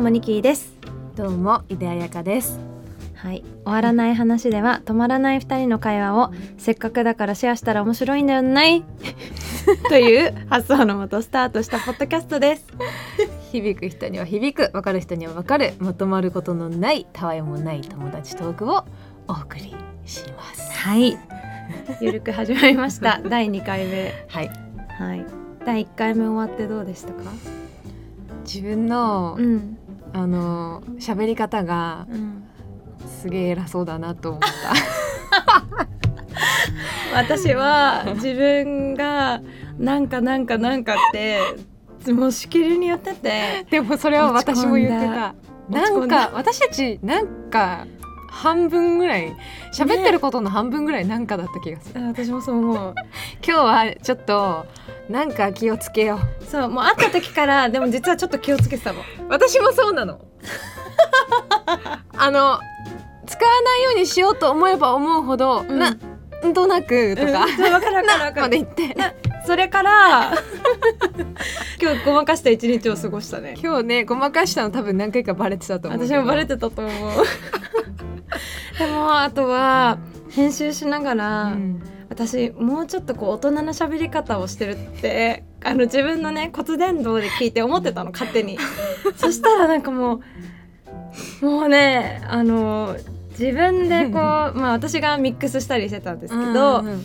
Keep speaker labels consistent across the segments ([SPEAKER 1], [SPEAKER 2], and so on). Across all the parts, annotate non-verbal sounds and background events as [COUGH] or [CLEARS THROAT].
[SPEAKER 1] もニキーです
[SPEAKER 2] どうも井出彩香です
[SPEAKER 1] はい終わらない話では止まらない二人の会話をせっかくだからシェアしたら面白いんだよないという発想のもとスタートしたポッドキャストです
[SPEAKER 2] 響く人には響く分かる人には分かるまとまることのないたわいもない友達トークをお送りします
[SPEAKER 1] [LAUGHS] はいゆるく始まりました [LAUGHS] 第二回目
[SPEAKER 2] はい
[SPEAKER 1] はい第一回目終わってどうでしたか
[SPEAKER 2] 自分の、
[SPEAKER 1] ん
[SPEAKER 2] あの喋り方が
[SPEAKER 1] うん
[SPEAKER 2] すげえ偉そうだなと思っ
[SPEAKER 1] 私は自分がなんかなんかなんかってもうしきりにやってて [LAUGHS]
[SPEAKER 2] たでもそれは私も言ってた
[SPEAKER 1] 落ち
[SPEAKER 2] な
[SPEAKER 1] 込
[SPEAKER 2] ん
[SPEAKER 1] んだ
[SPEAKER 2] か私たちなんか半分ぐらい喋ってることの半分ぐらいなんかだった気がする、
[SPEAKER 1] あ私もそう思う
[SPEAKER 2] 今日はちょっとなんか気をつけよう
[SPEAKER 1] そうもう会った時からでも実はちょっと気をつけてたの
[SPEAKER 2] 私もそうなのあの使わないようにしようと思えば思うほど、
[SPEAKER 1] うん
[SPEAKER 2] ななんとなくとか、
[SPEAKER 1] うんそうわかるわかるわ
[SPEAKER 2] ま
[SPEAKER 1] か
[SPEAKER 2] で
[SPEAKER 1] る
[SPEAKER 2] 言って
[SPEAKER 1] それから [LAUGHS] 今日ごまかした一日を過ごしたね
[SPEAKER 2] 今日ねごまかしたの多分何回かバレてたと思うけ
[SPEAKER 1] 私
[SPEAKER 2] ど
[SPEAKER 1] もバレてたと思う [LAUGHS] でもあとは編集しながら、
[SPEAKER 2] うん
[SPEAKER 1] 私もうちょっとこう大人の喋り方をしてるってあの自分のね骨伝導で聞いて思ってたの勝手 [LAUGHS] にそしたらなんかもうもうねあの自分 [LAUGHS] でこうまあ私がミックスしたりしてたんですけど、
[SPEAKER 2] うんうん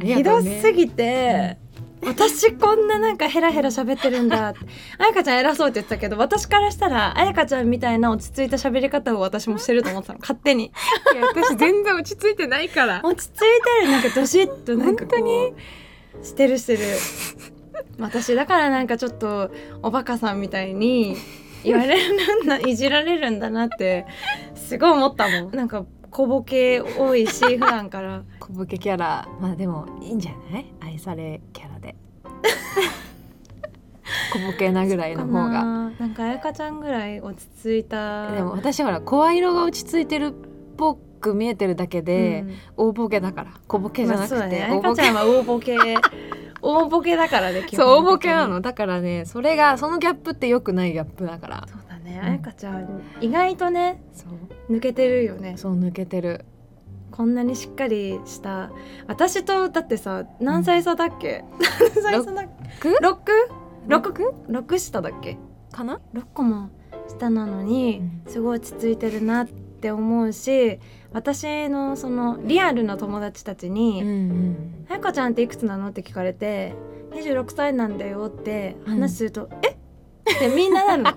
[SPEAKER 2] あり
[SPEAKER 1] ひ
[SPEAKER 2] がと
[SPEAKER 1] ど
[SPEAKER 2] うね
[SPEAKER 1] すぎて、私こんななんかヘラヘラ喋ってるん
[SPEAKER 2] [LAUGHS]
[SPEAKER 1] だって彩香ちゃん偉そうって言ってたけど私からしたら彩香ちゃんみたいな落ち着いた喋り方を私もしてると思ってたの勝手に
[SPEAKER 2] いや私全然落ち着いてないから
[SPEAKER 1] 落ち着いてるなんかどしっとなんかこう
[SPEAKER 2] 本
[SPEAKER 1] してるしてる私だからなんかちょっとおバカさんみたいに言われるんだいじられるんだなってすごい思ったもんなんか小ボケ多いし普段
[SPEAKER 2] [LAUGHS]
[SPEAKER 1] から
[SPEAKER 2] [LAUGHS] 小ボケキャラまあでもいいんじゃない愛されキャラ
[SPEAKER 1] [LAUGHS]
[SPEAKER 2] で小ボケなぐらいの方が
[SPEAKER 1] ななんかあやかちゃんぐらい落ち着いた
[SPEAKER 2] でも私ほら声色が落ち着いてるっぽく見えてるだけで、大ボケだから小ボケじゃ
[SPEAKER 1] まあ
[SPEAKER 2] なく
[SPEAKER 1] そうだ
[SPEAKER 2] て、
[SPEAKER 1] ねあや
[SPEAKER 2] 大ボ
[SPEAKER 1] かち
[SPEAKER 2] ケ
[SPEAKER 1] ゃんは大ボ
[SPEAKER 2] [LAUGHS]
[SPEAKER 1] ケ大ボケだからね基本的に
[SPEAKER 2] そう大ボケなのだからねそれがそのギャップって良くないギャップだから
[SPEAKER 1] そうだねあやかちゃん意外とね
[SPEAKER 2] そう
[SPEAKER 1] 抜けてるよね
[SPEAKER 2] そう抜けてる
[SPEAKER 1] こんなにしっかりした私とだってさ何歳差だっけ、何歳差だっけ
[SPEAKER 2] 六
[SPEAKER 1] 6? 六
[SPEAKER 2] 六
[SPEAKER 1] 六下だっけ
[SPEAKER 2] かな
[SPEAKER 1] 6個も下なのに
[SPEAKER 2] う
[SPEAKER 1] すごい落ち着いてるなって思うし私のそのリアルな友達たち
[SPEAKER 2] う
[SPEAKER 1] に「
[SPEAKER 2] ん
[SPEAKER 1] あやかちゃんっていくつなの?」って聞かれて「26歳なんだよ」って話すると「えっ?」ってみんな
[SPEAKER 2] [LAUGHS]
[SPEAKER 1] なるの。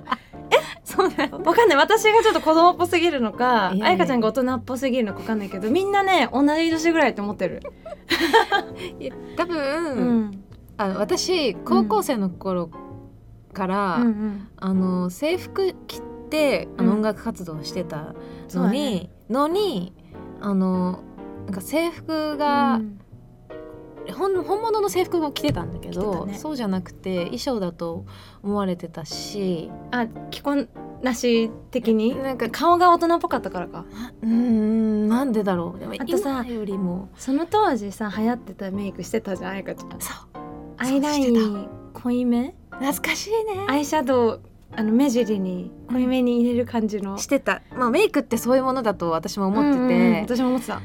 [SPEAKER 2] そうだ
[SPEAKER 1] わかんない私がちょっと子供っぽすぎるのか
[SPEAKER 2] いやいや
[SPEAKER 1] あやかちゃんが大人っぽすぎるのかわかんないけどみんなね同じ年ぐらいって思ってる。
[SPEAKER 2] 多分、
[SPEAKER 1] うん
[SPEAKER 2] あの私高校生の頃から、
[SPEAKER 1] うんうん
[SPEAKER 2] あの制服着てあの
[SPEAKER 1] うん
[SPEAKER 2] 音楽活動してた
[SPEAKER 1] そう
[SPEAKER 2] の
[SPEAKER 1] だ
[SPEAKER 2] に、
[SPEAKER 1] ね
[SPEAKER 2] のにあのなんか制服が、
[SPEAKER 1] うん
[SPEAKER 2] 本本物の制服を着てたんだけ
[SPEAKER 1] 着て
[SPEAKER 2] ど、
[SPEAKER 1] たね
[SPEAKER 2] そうじゃなくて衣装だと思われてたし
[SPEAKER 1] あ既婚なし的に
[SPEAKER 2] なんか
[SPEAKER 1] 顔が大人っぽかったからか
[SPEAKER 2] うーんなんでだろうでも
[SPEAKER 1] あとさ
[SPEAKER 2] 今よりも
[SPEAKER 1] その当時さ流行ってたメイクしてたじゃんあやかちゃん
[SPEAKER 2] そう
[SPEAKER 1] アイライン濃いめ
[SPEAKER 2] 懐かしいね
[SPEAKER 1] アイシャドウあの目尻に濃いめに入れる感じの
[SPEAKER 2] してた、まあ、メイクってそういうものだと私も思ってて、
[SPEAKER 1] うんうんうん私も思ってた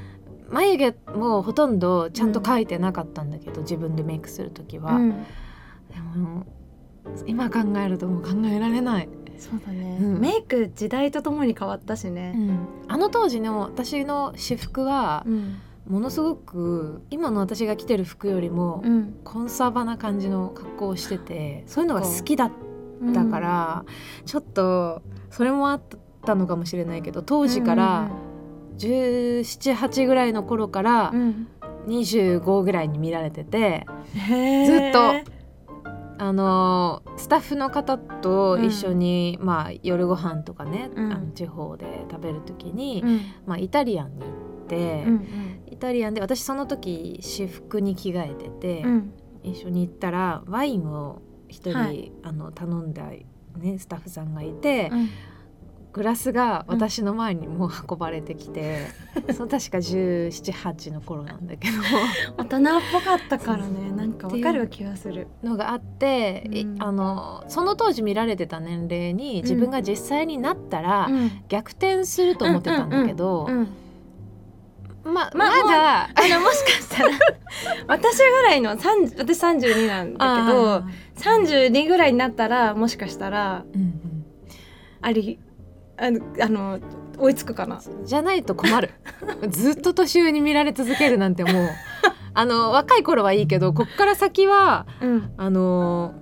[SPEAKER 2] 眉毛もほとんどちゃんと描いてなかったんだけど、自分でメイクする時は、
[SPEAKER 1] うん
[SPEAKER 2] でも今考えるともう考えられない、
[SPEAKER 1] そうだね
[SPEAKER 2] うん
[SPEAKER 1] メイク時代とともに変わったしね
[SPEAKER 2] あの当時の私の私服は
[SPEAKER 1] うん
[SPEAKER 2] ものすごく今の私が着てる服よりも
[SPEAKER 1] うん
[SPEAKER 2] コンサバな感じの格好をしててそういうのが好きだったから、ちょっとそれもあったのかもしれないけど当時から1718ぐらいの頃から
[SPEAKER 1] うんうん
[SPEAKER 2] 25ぐらいに見られてて、
[SPEAKER 1] うんへ
[SPEAKER 2] ずっと
[SPEAKER 1] ー
[SPEAKER 2] あのースタッフの方と一緒に、まあ、夜ご飯とかね、
[SPEAKER 1] うん
[SPEAKER 2] あの地方で食べる時に、
[SPEAKER 1] うん
[SPEAKER 2] まあ、イタリアンに行って、
[SPEAKER 1] うん
[SPEAKER 2] イタリアンで私その時私服に着替えてて、
[SPEAKER 1] うん
[SPEAKER 2] 一緒に行ったらワインを一人、
[SPEAKER 1] はい
[SPEAKER 2] あの頼んだ、ね、スタッフさんがいて、
[SPEAKER 1] うん
[SPEAKER 2] グラスが私の前にもう運ばれてきて、その確か1718の頃なんだけ
[SPEAKER 1] [LAUGHS]
[SPEAKER 2] ど
[SPEAKER 1] 大人っぽかったからねなんかわか
[SPEAKER 2] ってい
[SPEAKER 1] る
[SPEAKER 2] う
[SPEAKER 1] 気がする
[SPEAKER 2] のがあって、い
[SPEAKER 1] うん
[SPEAKER 2] あのその当時見られてた年齢に自分が実際になったら、
[SPEAKER 1] うん
[SPEAKER 2] 逆転すると思ってたんだけど、
[SPEAKER 1] うん
[SPEAKER 2] ま
[SPEAKER 1] ま
[SPEAKER 2] ま
[SPEAKER 1] あ
[SPEAKER 2] だ
[SPEAKER 1] あのもしかした [LAUGHS] ら私ぐらいの30私32なんだけど
[SPEAKER 2] あー
[SPEAKER 1] 32ぐらいになったらもしかしたら
[SPEAKER 2] うんうん
[SPEAKER 1] ありあのあの追いつくかな
[SPEAKER 2] じゃないと
[SPEAKER 1] [LAUGHS]
[SPEAKER 2] 困るずっと年上に見られ続けるなんてもうあの若い頃はいいけどこっから先は
[SPEAKER 1] うん
[SPEAKER 2] あの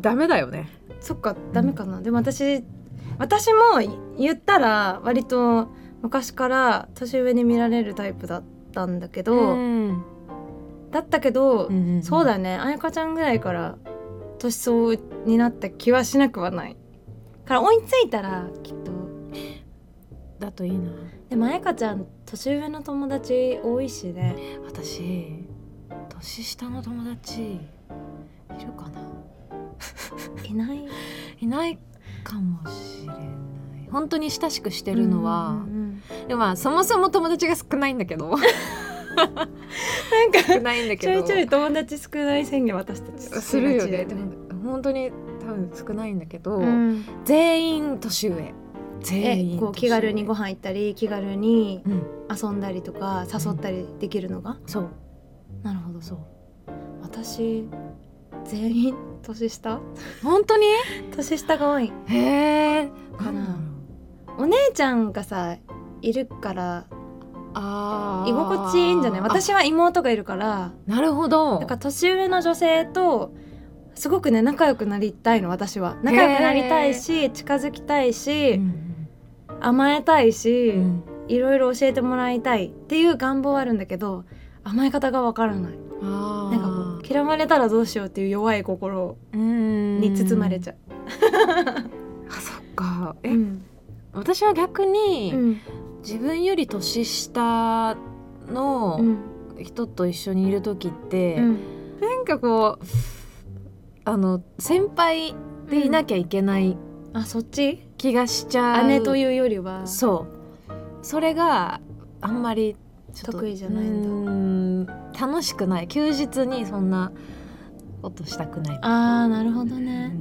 [SPEAKER 2] ダメだよね。
[SPEAKER 1] そっかダメかなでも私私も言ったら割と昔から年上に見られるタイプだったんだけど、
[SPEAKER 2] ん
[SPEAKER 1] だったけど、
[SPEAKER 2] んん
[SPEAKER 1] そうだね彩香ちゃんぐらいから年相応になった気はしなくはないから追いついたらきっと
[SPEAKER 2] だといいな
[SPEAKER 1] でも彩香ちゃん年上の友達多いしね
[SPEAKER 2] 私年下の友達いるかない
[SPEAKER 1] ない
[SPEAKER 2] いないかもしれない本当に親しくしてるのは、
[SPEAKER 1] うんうん
[SPEAKER 2] でもまあそもそも友達が少ないんだけ
[SPEAKER 1] [LAUGHS]
[SPEAKER 2] ど
[SPEAKER 1] うんな
[SPEAKER 2] 少
[SPEAKER 1] んか
[SPEAKER 2] ないんだけ
[SPEAKER 1] ちょ
[SPEAKER 2] ど
[SPEAKER 1] いちょい友達少ない宣言私たち
[SPEAKER 2] するよね
[SPEAKER 1] しがちだ
[SPEAKER 2] でも本当に多分少ないんだけど、
[SPEAKER 1] うん
[SPEAKER 2] 全員年上全
[SPEAKER 1] え
[SPEAKER 2] 員
[SPEAKER 1] こう気軽にご
[SPEAKER 2] 飯
[SPEAKER 1] 飯行ったり気軽に
[SPEAKER 2] うん
[SPEAKER 1] 遊んだりとか誘ったりできるのが、
[SPEAKER 2] そう
[SPEAKER 1] なるほど
[SPEAKER 2] そう
[SPEAKER 1] 私全員年下
[SPEAKER 2] 本当に
[SPEAKER 1] 年下が多い
[SPEAKER 2] へえ
[SPEAKER 1] かなお姉ちゃんがさいるから
[SPEAKER 2] あー
[SPEAKER 1] 居心地いいんじゃない私は妹がいるから
[SPEAKER 2] あなるほど
[SPEAKER 1] だから年上の女性とすごくね仲良くなりたいの私は仲良くなりたいし近づきたいし、
[SPEAKER 2] うん
[SPEAKER 1] 甘えたいし、
[SPEAKER 2] うんうん
[SPEAKER 1] いろいろ教えてもらいたいっていう願望はあるんだけど甘え方がわからない
[SPEAKER 2] あ
[SPEAKER 1] なんかもう嫌われたらどうしようっていう弱い心に
[SPEAKER 2] に
[SPEAKER 1] 包まれちゃう、
[SPEAKER 2] うんあそっかえ、
[SPEAKER 1] うん
[SPEAKER 2] 私は逆に、
[SPEAKER 1] うん
[SPEAKER 2] 自分より年下
[SPEAKER 1] う
[SPEAKER 2] の
[SPEAKER 1] ん
[SPEAKER 2] 人と一緒にいる時って、
[SPEAKER 1] うん
[SPEAKER 2] なんかこうあの先輩でいなきゃいけない
[SPEAKER 1] あそっち
[SPEAKER 2] 気がしちゃう、
[SPEAKER 1] 姉と
[SPEAKER 2] う
[SPEAKER 1] いうよりは
[SPEAKER 2] そうそれがあんまりちょっと
[SPEAKER 1] 得意じゃないん
[SPEAKER 2] だ楽しくない休日にそんなことしたくない
[SPEAKER 1] あーなるほどね、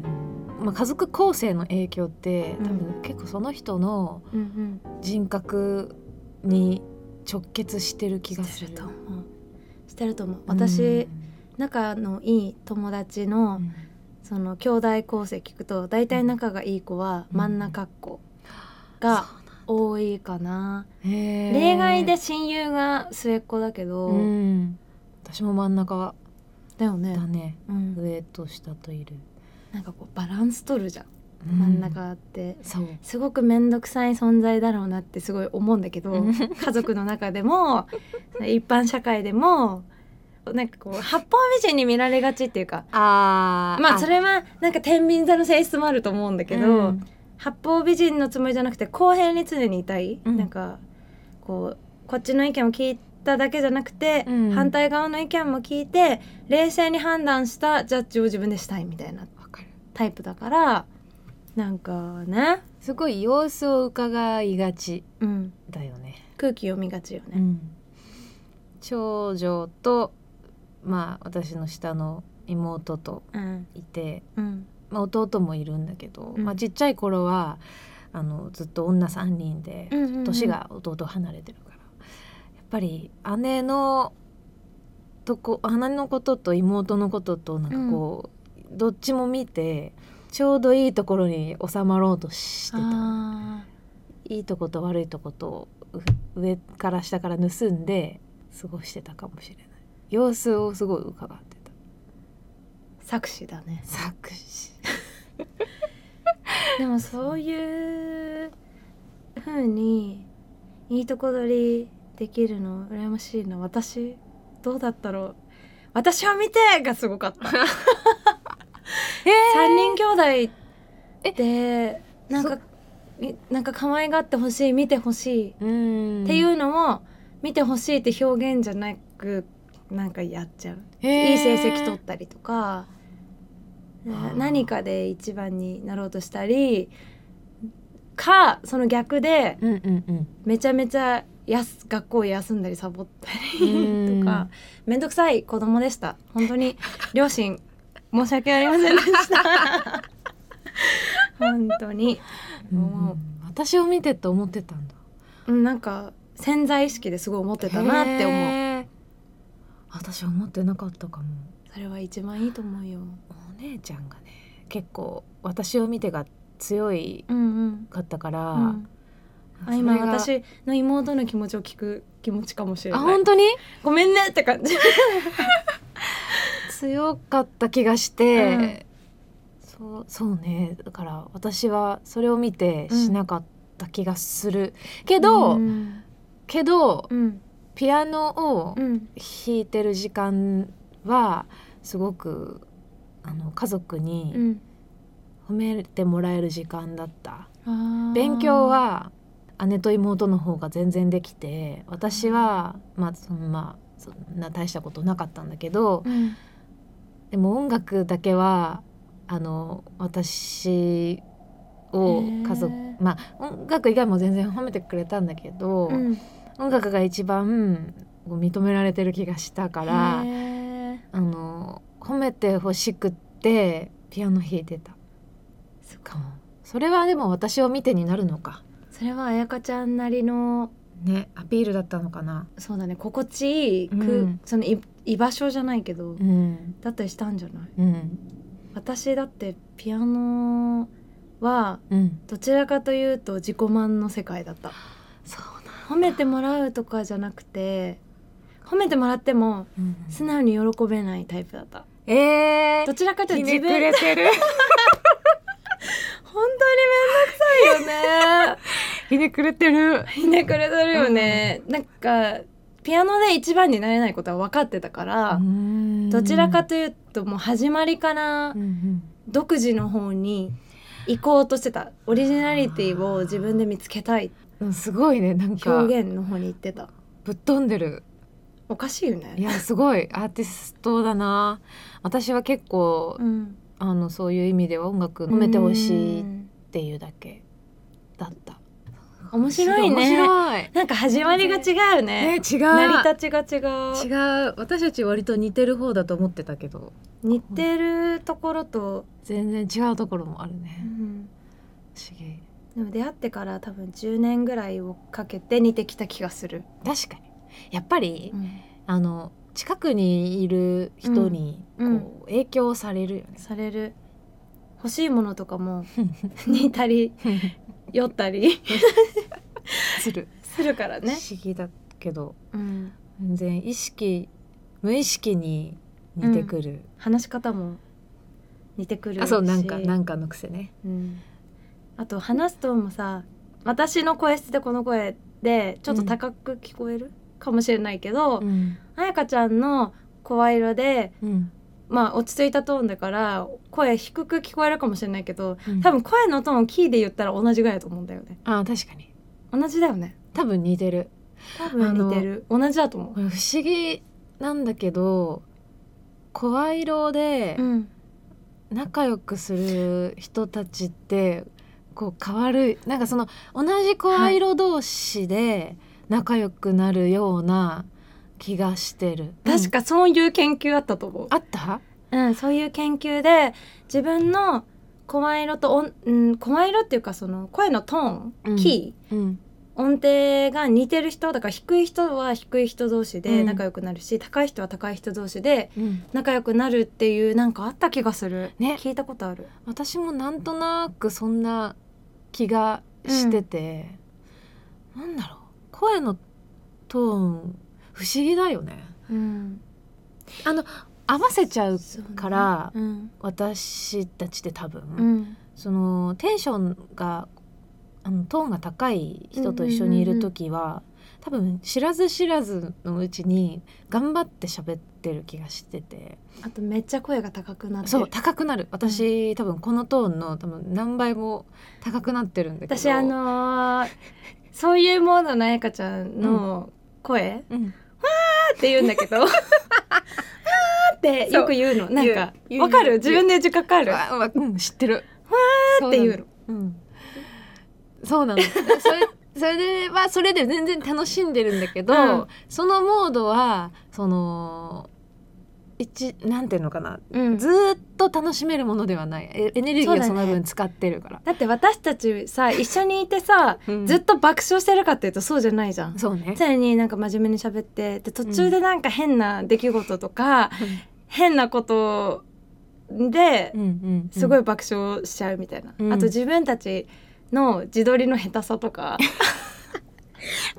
[SPEAKER 2] まあ、家族構成の影響って
[SPEAKER 1] うん
[SPEAKER 2] 多分結構その人の
[SPEAKER 1] うんうん、
[SPEAKER 2] 人格に直結してる気がす
[SPEAKER 1] して
[SPEAKER 2] る
[SPEAKER 1] る
[SPEAKER 2] と
[SPEAKER 1] と思うしてると思う私、仲のいい友達の、
[SPEAKER 2] うん
[SPEAKER 1] その兄弟構成聞くと大体仲がいい子は真ん中っ子が多いかな、例
[SPEAKER 2] 例
[SPEAKER 1] 外で、親友が末っ子だけど、
[SPEAKER 2] うん、私も真ん中
[SPEAKER 1] だよね
[SPEAKER 2] だ、ね
[SPEAKER 1] うん、
[SPEAKER 2] 上と下といる
[SPEAKER 1] なんかこうバランス取るじゃん真ん中って、
[SPEAKER 2] そう
[SPEAKER 1] すごく面倒くさい存在だろうなってすごい思うんだけど
[SPEAKER 2] うん
[SPEAKER 1] 家族の中で
[SPEAKER 2] [LAUGHS]
[SPEAKER 1] も一般社会でもなんかこう八方美人に見られがちっていうか
[SPEAKER 2] あ
[SPEAKER 1] まあそ
[SPEAKER 2] れ
[SPEAKER 1] れはなんか天秤座の性質もあると思うんだけど、八方美人のつもりじゃなくて公平に常にいたい、
[SPEAKER 2] うん
[SPEAKER 1] なんかこうこっちの意見を聞いただけじゃなくて、
[SPEAKER 2] うん
[SPEAKER 1] 反対側の意見も聞いて冷静に判断したジャッジを自分でしたいみたいな
[SPEAKER 2] わかる
[SPEAKER 1] タイプだからなんかね、
[SPEAKER 2] すごい様子を伺いがち
[SPEAKER 1] うん、
[SPEAKER 2] だよね、
[SPEAKER 1] 空気読みがちよ
[SPEAKER 2] う
[SPEAKER 1] ね。
[SPEAKER 2] ん、長女とまあ私の下の妹と
[SPEAKER 1] うん
[SPEAKER 2] いて、
[SPEAKER 1] うん
[SPEAKER 2] まあ、弟もいるんだけど、
[SPEAKER 1] うん
[SPEAKER 2] まあ、ちっちゃい頃はあのずっと女3人で
[SPEAKER 1] うんうんうん
[SPEAKER 2] 年が弟離れてるから、やっぱり姉のとこ姉のことと妹のこととなんかこう、どっちも見てちょうどいいところに収まろうとしてた
[SPEAKER 1] あ
[SPEAKER 2] いいとこと悪いとことをう上から下から盗んで過ごしてたかもしれない様子をすごい伺ってた
[SPEAKER 1] ー作詞だね
[SPEAKER 2] 作詞
[SPEAKER 1] でもそういう風にいいとこ取りできるの羨ましいな私どうだったろう私を見てがすごかった
[SPEAKER 2] え
[SPEAKER 1] [LAUGHS] 三人兄弟でなんかいなんか可愛がってほしい見てほしいっ
[SPEAKER 2] ー、うん
[SPEAKER 1] ていうのを見てほしいって表現じゃなくなんかやっちゃうい
[SPEAKER 2] い
[SPEAKER 1] い成績取ったりとか、ね
[SPEAKER 2] あー
[SPEAKER 1] 何かで一番になろうとしたりかその逆で
[SPEAKER 2] うんうんうん
[SPEAKER 1] めちゃめちゃやす学校休んだりサボった
[SPEAKER 2] [LAUGHS]
[SPEAKER 1] りとかめんどくさい子供でした本当に両親申し訳ありませんでした本当に
[SPEAKER 2] うんうん私を見てって思ってたんだ
[SPEAKER 1] うんなんか潜在意識ですごい思ってたなって思う
[SPEAKER 2] へー私思ってなかったかも
[SPEAKER 1] それは一番いいと思うよ
[SPEAKER 2] お姉ちゃんがね結構私を見てが強い
[SPEAKER 1] うんうん
[SPEAKER 2] かったから、
[SPEAKER 1] うん
[SPEAKER 2] そ
[SPEAKER 1] あ
[SPEAKER 2] れ
[SPEAKER 1] 今
[SPEAKER 2] が
[SPEAKER 1] 私の妹の気持ちを聞く気持ちかもしれ
[SPEAKER 2] あ
[SPEAKER 1] ない
[SPEAKER 2] 本当に
[SPEAKER 1] ごめんねって感じ
[SPEAKER 2] 強かった気がして、そうそうねだから私はそれを見てしなかった気がする、けど、
[SPEAKER 1] うん
[SPEAKER 2] けど
[SPEAKER 1] うん
[SPEAKER 2] ピアノを
[SPEAKER 1] うん
[SPEAKER 2] 弾いてる時間はすごくあの家族
[SPEAKER 1] う
[SPEAKER 2] に
[SPEAKER 1] ん
[SPEAKER 2] 褒めてもらえる時間だった、
[SPEAKER 1] あー
[SPEAKER 2] 勉強は姉と妹の方が全然できて私はまあそのまあそんな大したことなかったんだけど、
[SPEAKER 1] うん
[SPEAKER 2] でも音楽だけはあの私を家族
[SPEAKER 1] へー
[SPEAKER 2] まあ音楽以外も全然褒めてくれたんだけど、
[SPEAKER 1] うん
[SPEAKER 2] 音楽が一番こう認められてる気がしたから
[SPEAKER 1] へー
[SPEAKER 2] あの褒めてほしくってピアノ弾いてた
[SPEAKER 1] そっ
[SPEAKER 2] かもそれはでも私を見てになるのか
[SPEAKER 1] それは彩香ちゃんなりの
[SPEAKER 2] ねアピールだったのかな
[SPEAKER 1] そうだね心地いいく、
[SPEAKER 2] うん
[SPEAKER 1] そのい居場所じゃないけど、
[SPEAKER 2] うん
[SPEAKER 1] だったりしたんじゃない
[SPEAKER 2] うん
[SPEAKER 1] 私だってピアノは
[SPEAKER 2] うん
[SPEAKER 1] どちらかというと自己満の世界だった
[SPEAKER 2] そう
[SPEAKER 1] 褒めてもらうとかじゃなくて褒めてもらっても
[SPEAKER 2] な、うん
[SPEAKER 1] 素直に喜べないタイプだった
[SPEAKER 2] え
[SPEAKER 1] ど
[SPEAKER 2] ー
[SPEAKER 1] ちらかという
[SPEAKER 2] ひ
[SPEAKER 1] と
[SPEAKER 2] ね
[SPEAKER 1] 自
[SPEAKER 2] く
[SPEAKER 1] 分
[SPEAKER 2] れてる
[SPEAKER 1] 本当にめんどくさい
[SPEAKER 2] [LAUGHS]
[SPEAKER 1] よね
[SPEAKER 2] [LAUGHS] ひねくれてる
[SPEAKER 1] ひねくれてるよね、なんかピアノで一番になれないことは分かってたから、どちらかというともう始まりから
[SPEAKER 2] うんうん
[SPEAKER 1] 独自の方に行こうとしてたオリジナリティを自分で見つけたい
[SPEAKER 2] うんすごいねなんか
[SPEAKER 1] 表現の方に行ってた
[SPEAKER 2] ぶっ飛んでる
[SPEAKER 1] おかしいよ
[SPEAKER 2] い
[SPEAKER 1] ね
[SPEAKER 2] やすごいアーティストだな私は結構、
[SPEAKER 1] うん
[SPEAKER 2] あのそういう意味では音楽褒めてほしいっていうだけだった
[SPEAKER 1] 面白いね
[SPEAKER 2] 面白い
[SPEAKER 1] なんか始まりが違うよね
[SPEAKER 2] ね違う
[SPEAKER 1] 成り立ちが違う
[SPEAKER 2] 違う私たち割と似てる方だと思ってたけど
[SPEAKER 1] 似てるところと、
[SPEAKER 2] 全然違うところもある
[SPEAKER 1] う
[SPEAKER 2] ね
[SPEAKER 1] ん、
[SPEAKER 2] 不思議
[SPEAKER 1] でも出会ってから多分10年ぐらいをかけて似てきた気がする、
[SPEAKER 2] 確かにやっぱり、
[SPEAKER 1] うん
[SPEAKER 2] あの近くにいる人にこう、
[SPEAKER 1] うん
[SPEAKER 2] 影響されるよね
[SPEAKER 1] される欲しいものとか
[SPEAKER 2] [LAUGHS]
[SPEAKER 1] も似たり酔ったり [LAUGHS]
[SPEAKER 2] する、
[SPEAKER 1] するからね、
[SPEAKER 2] 不思議だけど
[SPEAKER 1] うん、
[SPEAKER 2] 全然意識無意識に似てくる、
[SPEAKER 1] 話し方も似てくるし
[SPEAKER 2] あそうなんかなんかの癖ね
[SPEAKER 1] うん、あと話すともさ私の声質でこの声でちょっと高く聞こえる、かもしれないけど、
[SPEAKER 2] ん、
[SPEAKER 1] あやかちゃんの声色で
[SPEAKER 2] うん
[SPEAKER 1] まあ落ち着いたトーンだから声低く聞こえるかもしれないけど多分声のトーンをキーで言ったら同じぐらいだと思うんだよね
[SPEAKER 2] あ確かに
[SPEAKER 1] 同じだよね
[SPEAKER 2] 多分似てる
[SPEAKER 1] 多分似てる同じだと思
[SPEAKER 2] これ不思議なんだけど声色で
[SPEAKER 1] う、うん、
[SPEAKER 2] 仲良くする人たちってこう変わるなんかその同じ声色同士で仲良くなるような気がしてる、
[SPEAKER 1] 確
[SPEAKER 2] か
[SPEAKER 1] かそういう研究あったと思う
[SPEAKER 2] あった
[SPEAKER 1] うん、そういう研究で自分の声色と音、うん、声色っていうかその声のトーン、
[SPEAKER 2] うん
[SPEAKER 1] キー
[SPEAKER 2] うん
[SPEAKER 1] 音程が似てる人だから低い人は低い人同士
[SPEAKER 2] う
[SPEAKER 1] で
[SPEAKER 2] ん
[SPEAKER 1] 仲良くなるし、高い人は高い人同士で
[SPEAKER 2] うん
[SPEAKER 1] 仲良くなるっていうなんかあった気がする、
[SPEAKER 2] ね
[SPEAKER 1] 聞いたことある
[SPEAKER 2] 私もなんとなくそんな気がしてて、なんだろう声のトーン不思議だよね
[SPEAKER 1] うん
[SPEAKER 2] 合わせちゃうから
[SPEAKER 1] そうねうん
[SPEAKER 2] 私たちって多分、
[SPEAKER 1] うん
[SPEAKER 2] そのテンションがあのトーンが高い人と一緒にいる時は、多分知らず知らずのうちに頑張って喋ってる気がしてて
[SPEAKER 1] あとめっちゃ声が高くなってる
[SPEAKER 2] そう高くなる私、多分このトーンの多分何倍も高くなってるんだけど
[SPEAKER 1] 私あのー [LAUGHS] そういうモードの彩香ちゃんの声、
[SPEAKER 2] うん
[SPEAKER 1] って言うんだけ [LAUGHS] ど。あーってよく言うのなんか
[SPEAKER 2] 言う言う
[SPEAKER 1] わかる
[SPEAKER 2] 言う
[SPEAKER 1] 自分で自覚ある
[SPEAKER 2] わわうん知ってる。
[SPEAKER 1] っていうの
[SPEAKER 2] うん。そうなの。 [LAUGHS] それそれではそれで全然楽しんでるんだけど、
[SPEAKER 1] うん
[SPEAKER 2] そのモードはその一なんていうのかな
[SPEAKER 1] うん
[SPEAKER 2] ずーっと楽しめるものではないえエネルギ
[SPEAKER 1] そう
[SPEAKER 2] ーを
[SPEAKER 1] だね
[SPEAKER 2] その分使ってるから
[SPEAKER 1] だって私たちさ一緒にいてさ
[SPEAKER 2] う,、ん、
[SPEAKER 1] ずっと爆笑してるかっていうとそうじゃないじゃん。
[SPEAKER 2] そうね
[SPEAKER 1] 常になんか真面目に喋ってで途中でなんか変な出来事とか、変なことで
[SPEAKER 2] うんうん
[SPEAKER 1] すごい爆笑しちゃうみたいな、
[SPEAKER 2] うん
[SPEAKER 1] あと自分たちの自撮りの下手さとか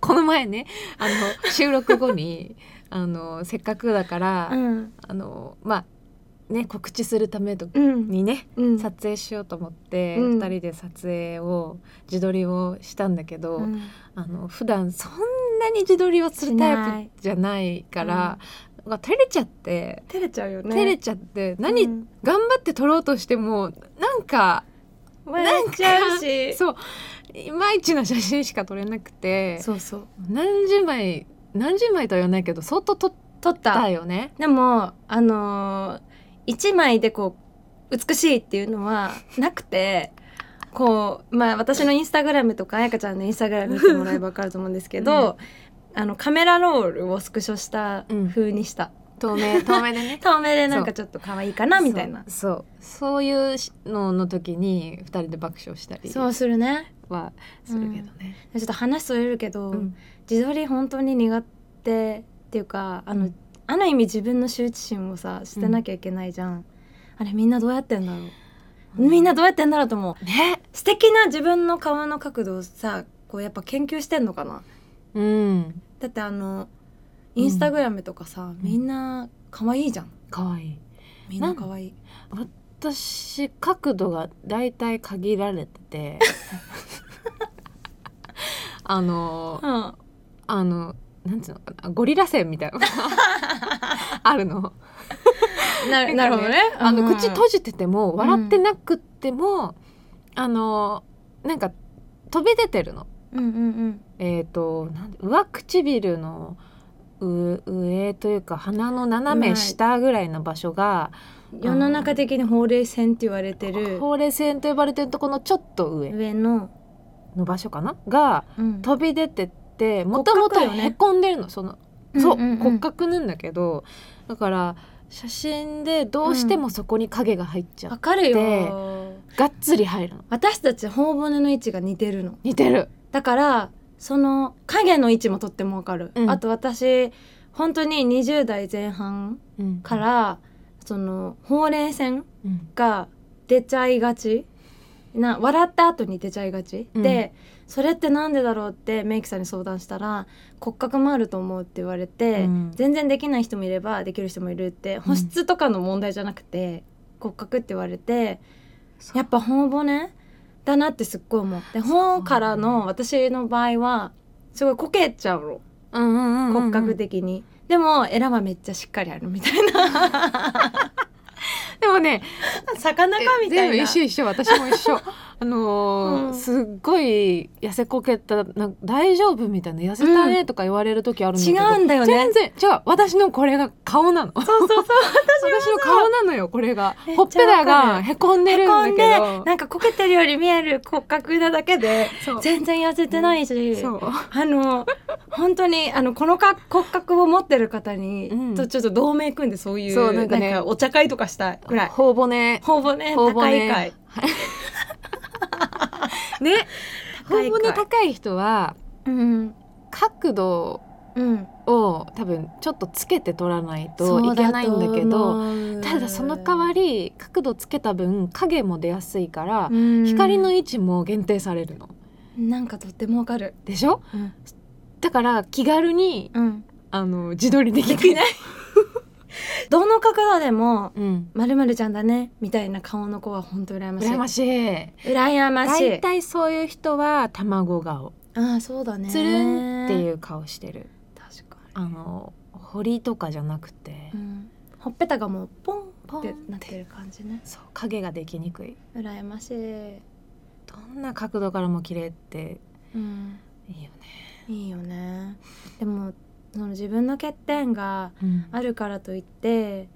[SPEAKER 2] この前ねあの収録
[SPEAKER 1] [LAUGHS]
[SPEAKER 2] 後にあのせっかくだから、
[SPEAKER 1] ん
[SPEAKER 2] あのまあね告知するためと
[SPEAKER 1] うん
[SPEAKER 2] にね
[SPEAKER 1] うん
[SPEAKER 2] 撮影しようと思って、
[SPEAKER 1] うん
[SPEAKER 2] 2人で撮影を自撮りをしたんだけど、
[SPEAKER 1] うん
[SPEAKER 2] あの普段そんなに自撮りをするタイプじゃないから、なんか照れちゃって、
[SPEAKER 1] 照れちゃうよね
[SPEAKER 2] 照れちゃって何、
[SPEAKER 1] うん
[SPEAKER 2] 頑張って撮ろうとしてもなんか
[SPEAKER 1] 笑っちゃうし
[SPEAKER 2] そういまいちな写真しか撮れなくて
[SPEAKER 1] そうそう
[SPEAKER 2] 何十枚何十枚とは言わないけど相当撮っ
[SPEAKER 1] 撮った
[SPEAKER 2] たよね。
[SPEAKER 1] でもあのー、1枚でこう美しいっていうのはなくてこうまあ私のインスタグラムとか彩香ちゃんのインスタグラム見てもらえば分かると思うんですけど、あのカメラロールをスクショした風にした、
[SPEAKER 2] 透 [LAUGHS] 明透明でね
[SPEAKER 1] 透明でなんかちょっと可愛いかなみたいな
[SPEAKER 2] そうそうそういうのの時に2人で爆笑したり
[SPEAKER 1] そうするね
[SPEAKER 2] はするけどね。
[SPEAKER 1] ちょっと話それるけど、
[SPEAKER 2] うん
[SPEAKER 1] 自撮り本当に苦手っていうかあの、
[SPEAKER 2] うん
[SPEAKER 1] ある意味自分の羞恥心をさ捨てなきゃいけないじゃん、あれみんなどうやってんだろうみんなどうやってんだろうと思う
[SPEAKER 2] ね、
[SPEAKER 1] 素敵な自分の顔の角度をさこうやっぱ研究してんのかな
[SPEAKER 2] うん、
[SPEAKER 1] だってあのインスタグラムとかさ、みんな可愛いじゃん
[SPEAKER 2] かわいい。
[SPEAKER 1] みんな可愛い
[SPEAKER 2] 私角度がだいたい限られて [LAUGHS] てあの
[SPEAKER 1] うん
[SPEAKER 2] あのなんつうのかなゴリラ線み [LAUGHS] たいなのがあるの
[SPEAKER 1] なるなるほどね
[SPEAKER 2] あの、
[SPEAKER 1] うん
[SPEAKER 2] 口閉じてても笑ってなくっても、あのなんか飛び出てるの
[SPEAKER 1] うんうんうん
[SPEAKER 2] えっ、となん上唇のう上というか鼻の斜め下ぐらいの場所が
[SPEAKER 1] 世の中的にほうれい線って言われてる
[SPEAKER 2] ほうれい線と呼ばれてるとこのちょっと上
[SPEAKER 1] 上の、
[SPEAKER 2] の場所かなが
[SPEAKER 1] うん
[SPEAKER 2] 飛び出てってもともと
[SPEAKER 1] 骨格よね
[SPEAKER 2] へこんでるのそのそう,、
[SPEAKER 1] んんん
[SPEAKER 2] 骨格なんだけどだから写真でどうしてもそこに影が入っちゃう、
[SPEAKER 1] わかる
[SPEAKER 2] で
[SPEAKER 1] よ
[SPEAKER 2] がっつり入るの
[SPEAKER 1] 私たち頬骨の位置が似てるの
[SPEAKER 2] 似てる
[SPEAKER 1] だからその影の位置もとってもわかる、
[SPEAKER 2] うん
[SPEAKER 1] あと私本当に20代前半か、らそのほうれい線
[SPEAKER 2] うん
[SPEAKER 1] が出ちゃいがちな笑った後に出ちゃいがち、
[SPEAKER 2] うん
[SPEAKER 1] でそれってなんでだろうってメイクさんに相談したら骨格もあると思うって言われて、
[SPEAKER 2] うん
[SPEAKER 1] 全然できない人もいればできる人もいるって保湿とかの問題じゃなくて、骨格って言われて
[SPEAKER 2] そう
[SPEAKER 1] やっぱ頬骨だなってすっごい思って頬からの私の場合はすごいこけちゃうの
[SPEAKER 2] うんうんうんうん
[SPEAKER 1] 骨格的に、でもエラはめっちゃしっかりあるみたい
[SPEAKER 2] [LAUGHS]
[SPEAKER 1] な
[SPEAKER 2] でもね
[SPEAKER 1] 魚かみたい
[SPEAKER 2] え全部
[SPEAKER 1] な
[SPEAKER 2] 一緒一緒私も一
[SPEAKER 1] [LAUGHS]
[SPEAKER 2] 緒あのー
[SPEAKER 1] うん
[SPEAKER 2] すっごい痩せこけたなんか大丈夫みたいな痩せたねとか言われる時あるんだけ
[SPEAKER 1] 違
[SPEAKER 2] ど、
[SPEAKER 1] うんだよね
[SPEAKER 2] 全然違う私のこれが顔なの
[SPEAKER 1] そうそうそう
[SPEAKER 2] 私の顔なのよこれが
[SPEAKER 1] めっちゃ
[SPEAKER 2] ほっぺた
[SPEAKER 1] わか
[SPEAKER 2] が
[SPEAKER 1] る
[SPEAKER 2] へこんでる
[SPEAKER 1] へこん
[SPEAKER 2] ん
[SPEAKER 1] で
[SPEAKER 2] だけ
[SPEAKER 1] なんかこけてるより見える骨格なだけで
[SPEAKER 2] どそう
[SPEAKER 1] 全然痩せてないし、
[SPEAKER 2] そう
[SPEAKER 1] あの本当にあのこのか骨格を持ってる方に、
[SPEAKER 2] うん
[SPEAKER 1] とちょっと同盟組んでそういう
[SPEAKER 2] そう
[SPEAKER 1] な
[SPEAKER 2] なんん
[SPEAKER 1] か、
[SPEAKER 2] かね
[SPEAKER 1] お茶会とかしたいぐらい
[SPEAKER 2] 頬骨
[SPEAKER 1] ほぼね
[SPEAKER 2] 頬骨
[SPEAKER 1] 高い会
[SPEAKER 2] ね
[SPEAKER 1] 高い
[SPEAKER 2] 頬
[SPEAKER 1] か
[SPEAKER 2] 骨
[SPEAKER 1] い
[SPEAKER 2] 高い人は
[SPEAKER 1] うん
[SPEAKER 2] 角度
[SPEAKER 1] うん
[SPEAKER 2] を多分ちょっとつけて取らないと
[SPEAKER 1] そう
[SPEAKER 2] いけないんだけど
[SPEAKER 1] と思う
[SPEAKER 2] ただその代わり角度つけた分影も出やすいから、
[SPEAKER 1] うん
[SPEAKER 2] 光の位置も限定されるの
[SPEAKER 1] なんかとってもわかる
[SPEAKER 2] でしょ
[SPEAKER 1] うん、
[SPEAKER 2] だから気軽にあの自撮りできて
[SPEAKER 1] ないどの角度でも
[SPEAKER 2] うん
[SPEAKER 1] まるまるちゃんだねみたいな顔の子は本当羨ましい
[SPEAKER 2] 羨ましい
[SPEAKER 1] 羨ましい
[SPEAKER 2] 大体そういう人は卵顔
[SPEAKER 1] ああそうだね
[SPEAKER 2] つるんっていう顔してる
[SPEAKER 1] 確か
[SPEAKER 2] あの堀とかじゃなくて、
[SPEAKER 1] に、うん、ほっぺたがもうポン
[SPEAKER 2] ポ
[SPEAKER 1] っ
[SPEAKER 2] ンってて
[SPEAKER 1] なってる感じね
[SPEAKER 2] そう影ができにくい
[SPEAKER 1] 羨ましい、
[SPEAKER 2] どんな角度からも綺麗って
[SPEAKER 1] うん、
[SPEAKER 2] いいよね、
[SPEAKER 1] いいよねでもその自分の欠点があるからといって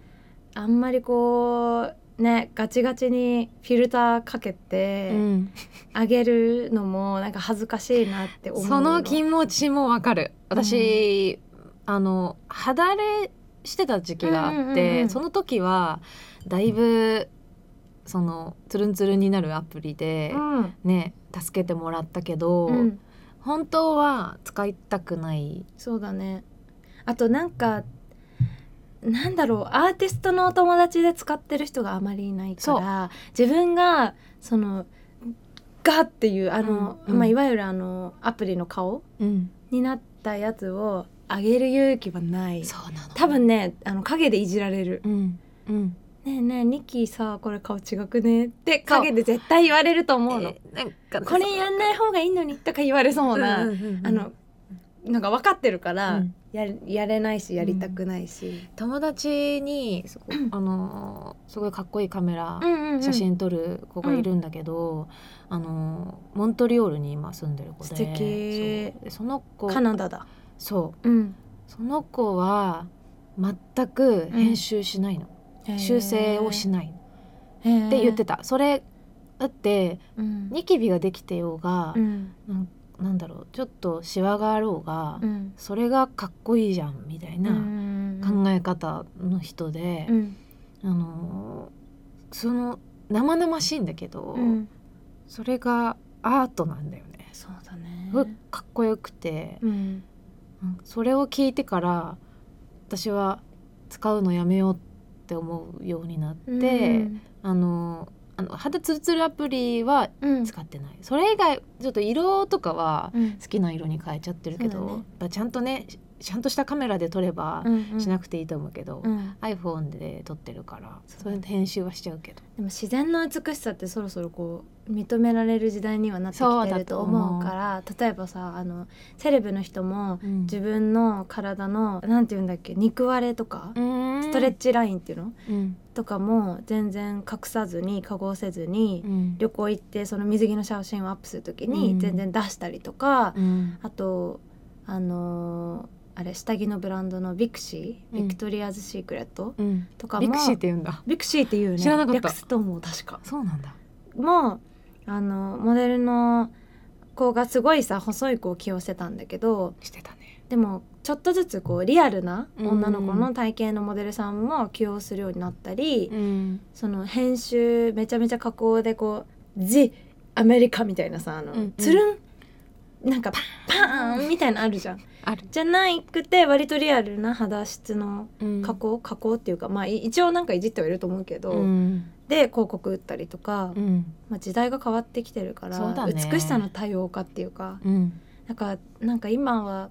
[SPEAKER 1] あんまりこうねガチガチにフィルターかけて
[SPEAKER 2] うん
[SPEAKER 1] あげるのもなんか恥ずかしいなって思う
[SPEAKER 2] その気持ちもわかる私、あの肌荒れしてた時期があって、
[SPEAKER 1] うんうんうんうん
[SPEAKER 2] その時はだいぶそのツルンツルンになるアプリで
[SPEAKER 1] う、ん
[SPEAKER 2] ね助けてもらったけど、
[SPEAKER 1] うん、
[SPEAKER 2] 本当は使いたくない
[SPEAKER 1] そうだねあとなんかなんだろうアーティストのお友達で使ってる人があまりいないから自分がそのガっていうあの、
[SPEAKER 2] うんうん
[SPEAKER 1] まあ、いわゆるあのアプリの顔
[SPEAKER 2] うん、
[SPEAKER 1] になったやつをあげる勇気はない
[SPEAKER 2] そうなの
[SPEAKER 1] 多、分ねあの影でいじられる
[SPEAKER 2] うんうん、
[SPEAKER 1] 「ねえねえニッキーさこれ顔違くね」って
[SPEAKER 2] そう
[SPEAKER 1] 影で絶対言われると思うの
[SPEAKER 2] え。ーなんか
[SPEAKER 1] これやんない方がいいのにとか言われそうな、
[SPEAKER 2] んんん
[SPEAKER 1] あのなんか分かってるから、
[SPEAKER 2] うん
[SPEAKER 1] ややれないしやりたくないし、
[SPEAKER 2] 友達にす
[SPEAKER 1] [CLEARS THROAT]
[SPEAKER 2] ごいあのすごいかっこいいカメラ、
[SPEAKER 1] うんうんうん
[SPEAKER 2] 写真撮る子がいるんだけど、あのモントリオールに今住んでる子で
[SPEAKER 1] 素敵
[SPEAKER 2] そうでその子
[SPEAKER 1] カナダだ、
[SPEAKER 2] そう
[SPEAKER 1] うん、
[SPEAKER 2] その子は全く編集しないの、修正をし
[SPEAKER 1] な
[SPEAKER 2] ない
[SPEAKER 1] い
[SPEAKER 2] って言って
[SPEAKER 1] た、
[SPEAKER 2] た、それだって
[SPEAKER 1] うん
[SPEAKER 2] ニキビができてようが
[SPEAKER 1] う、ん
[SPEAKER 2] なんなんだろうちょっとシワがあろうが、
[SPEAKER 1] うん
[SPEAKER 2] それがかっこいいじゃんみたいな考
[SPEAKER 1] え
[SPEAKER 2] え方の人で、
[SPEAKER 1] うん
[SPEAKER 2] あのその生々しいんだけど、
[SPEAKER 1] うん、
[SPEAKER 2] それがアートなんだよね。
[SPEAKER 1] そうだね
[SPEAKER 2] すごいかっこよくて、
[SPEAKER 1] うん
[SPEAKER 2] うんそれを聞いてから私は使うのやめようって思うようになって、
[SPEAKER 1] うん
[SPEAKER 2] あのあの肌ツルツルアプリは
[SPEAKER 1] うん
[SPEAKER 2] 使ってない、それ以外ちょっと色とかは
[SPEAKER 1] うん
[SPEAKER 2] 好きな色に変えちゃってるけど、
[SPEAKER 1] そうだね
[SPEAKER 2] やっぱちゃんとねしちゃんとしたカメラで撮れば
[SPEAKER 1] うんうん
[SPEAKER 2] しなくていいと思うけど、
[SPEAKER 1] うん
[SPEAKER 2] iPhone で撮ってるから
[SPEAKER 1] そう
[SPEAKER 2] それで編集はしちゃうけど。
[SPEAKER 1] でも自然の美しさってそろそろこう認められる時代にはなって
[SPEAKER 2] そう
[SPEAKER 1] き
[SPEAKER 2] だ
[SPEAKER 1] て
[SPEAKER 2] と
[SPEAKER 1] ると思うから例えばさあのセレブの人も自分の体のなんて言うんだっけ肉割れとか、
[SPEAKER 2] 分
[SPEAKER 1] ストレッチラインっていうの
[SPEAKER 2] チ、うん
[SPEAKER 1] とかも全然隠さずに加工せずに、
[SPEAKER 2] うん
[SPEAKER 1] 旅行行ってその水着の写真をアップするとき
[SPEAKER 2] う
[SPEAKER 1] に
[SPEAKER 2] ん
[SPEAKER 1] 全然出したりとか、
[SPEAKER 2] うん
[SPEAKER 1] あとあのーあれ下着のブランドのビクシー、
[SPEAKER 2] うん
[SPEAKER 1] ビクトリアーズ・シークレット
[SPEAKER 2] うん
[SPEAKER 1] とかも
[SPEAKER 2] ビクシーって言うんだ
[SPEAKER 1] ビクシーっていうね
[SPEAKER 2] 知らなかった
[SPEAKER 1] 略すと思う確か
[SPEAKER 2] そうなんだ
[SPEAKER 1] もあのモデルの子がすごいさ細い子を起用してたんだけど
[SPEAKER 2] してたね
[SPEAKER 1] でもちょっとずつこうリアルな女の子
[SPEAKER 2] う
[SPEAKER 1] の体型のモデルさんも起用するようになったり、
[SPEAKER 2] ん
[SPEAKER 1] その編集めちゃめちゃ加工でこう「ジ・アメリカ」みたいなさあの、
[SPEAKER 2] うんうん
[SPEAKER 1] つるんなんかパーンみたいなのある
[SPEAKER 2] [LAUGHS]
[SPEAKER 1] じゃん。
[SPEAKER 2] ある
[SPEAKER 1] じゃないくて割とリアルな肌質の加工、加工っていうかまあい一応なんかいじってはいると思うけど、
[SPEAKER 2] うん
[SPEAKER 1] で広告打ったりとか
[SPEAKER 2] う、ん
[SPEAKER 1] まあ、時代が変わってきてるから、
[SPEAKER 2] そうだね
[SPEAKER 1] 美しさの多様化っていうか
[SPEAKER 2] うん
[SPEAKER 1] なんかなんか今は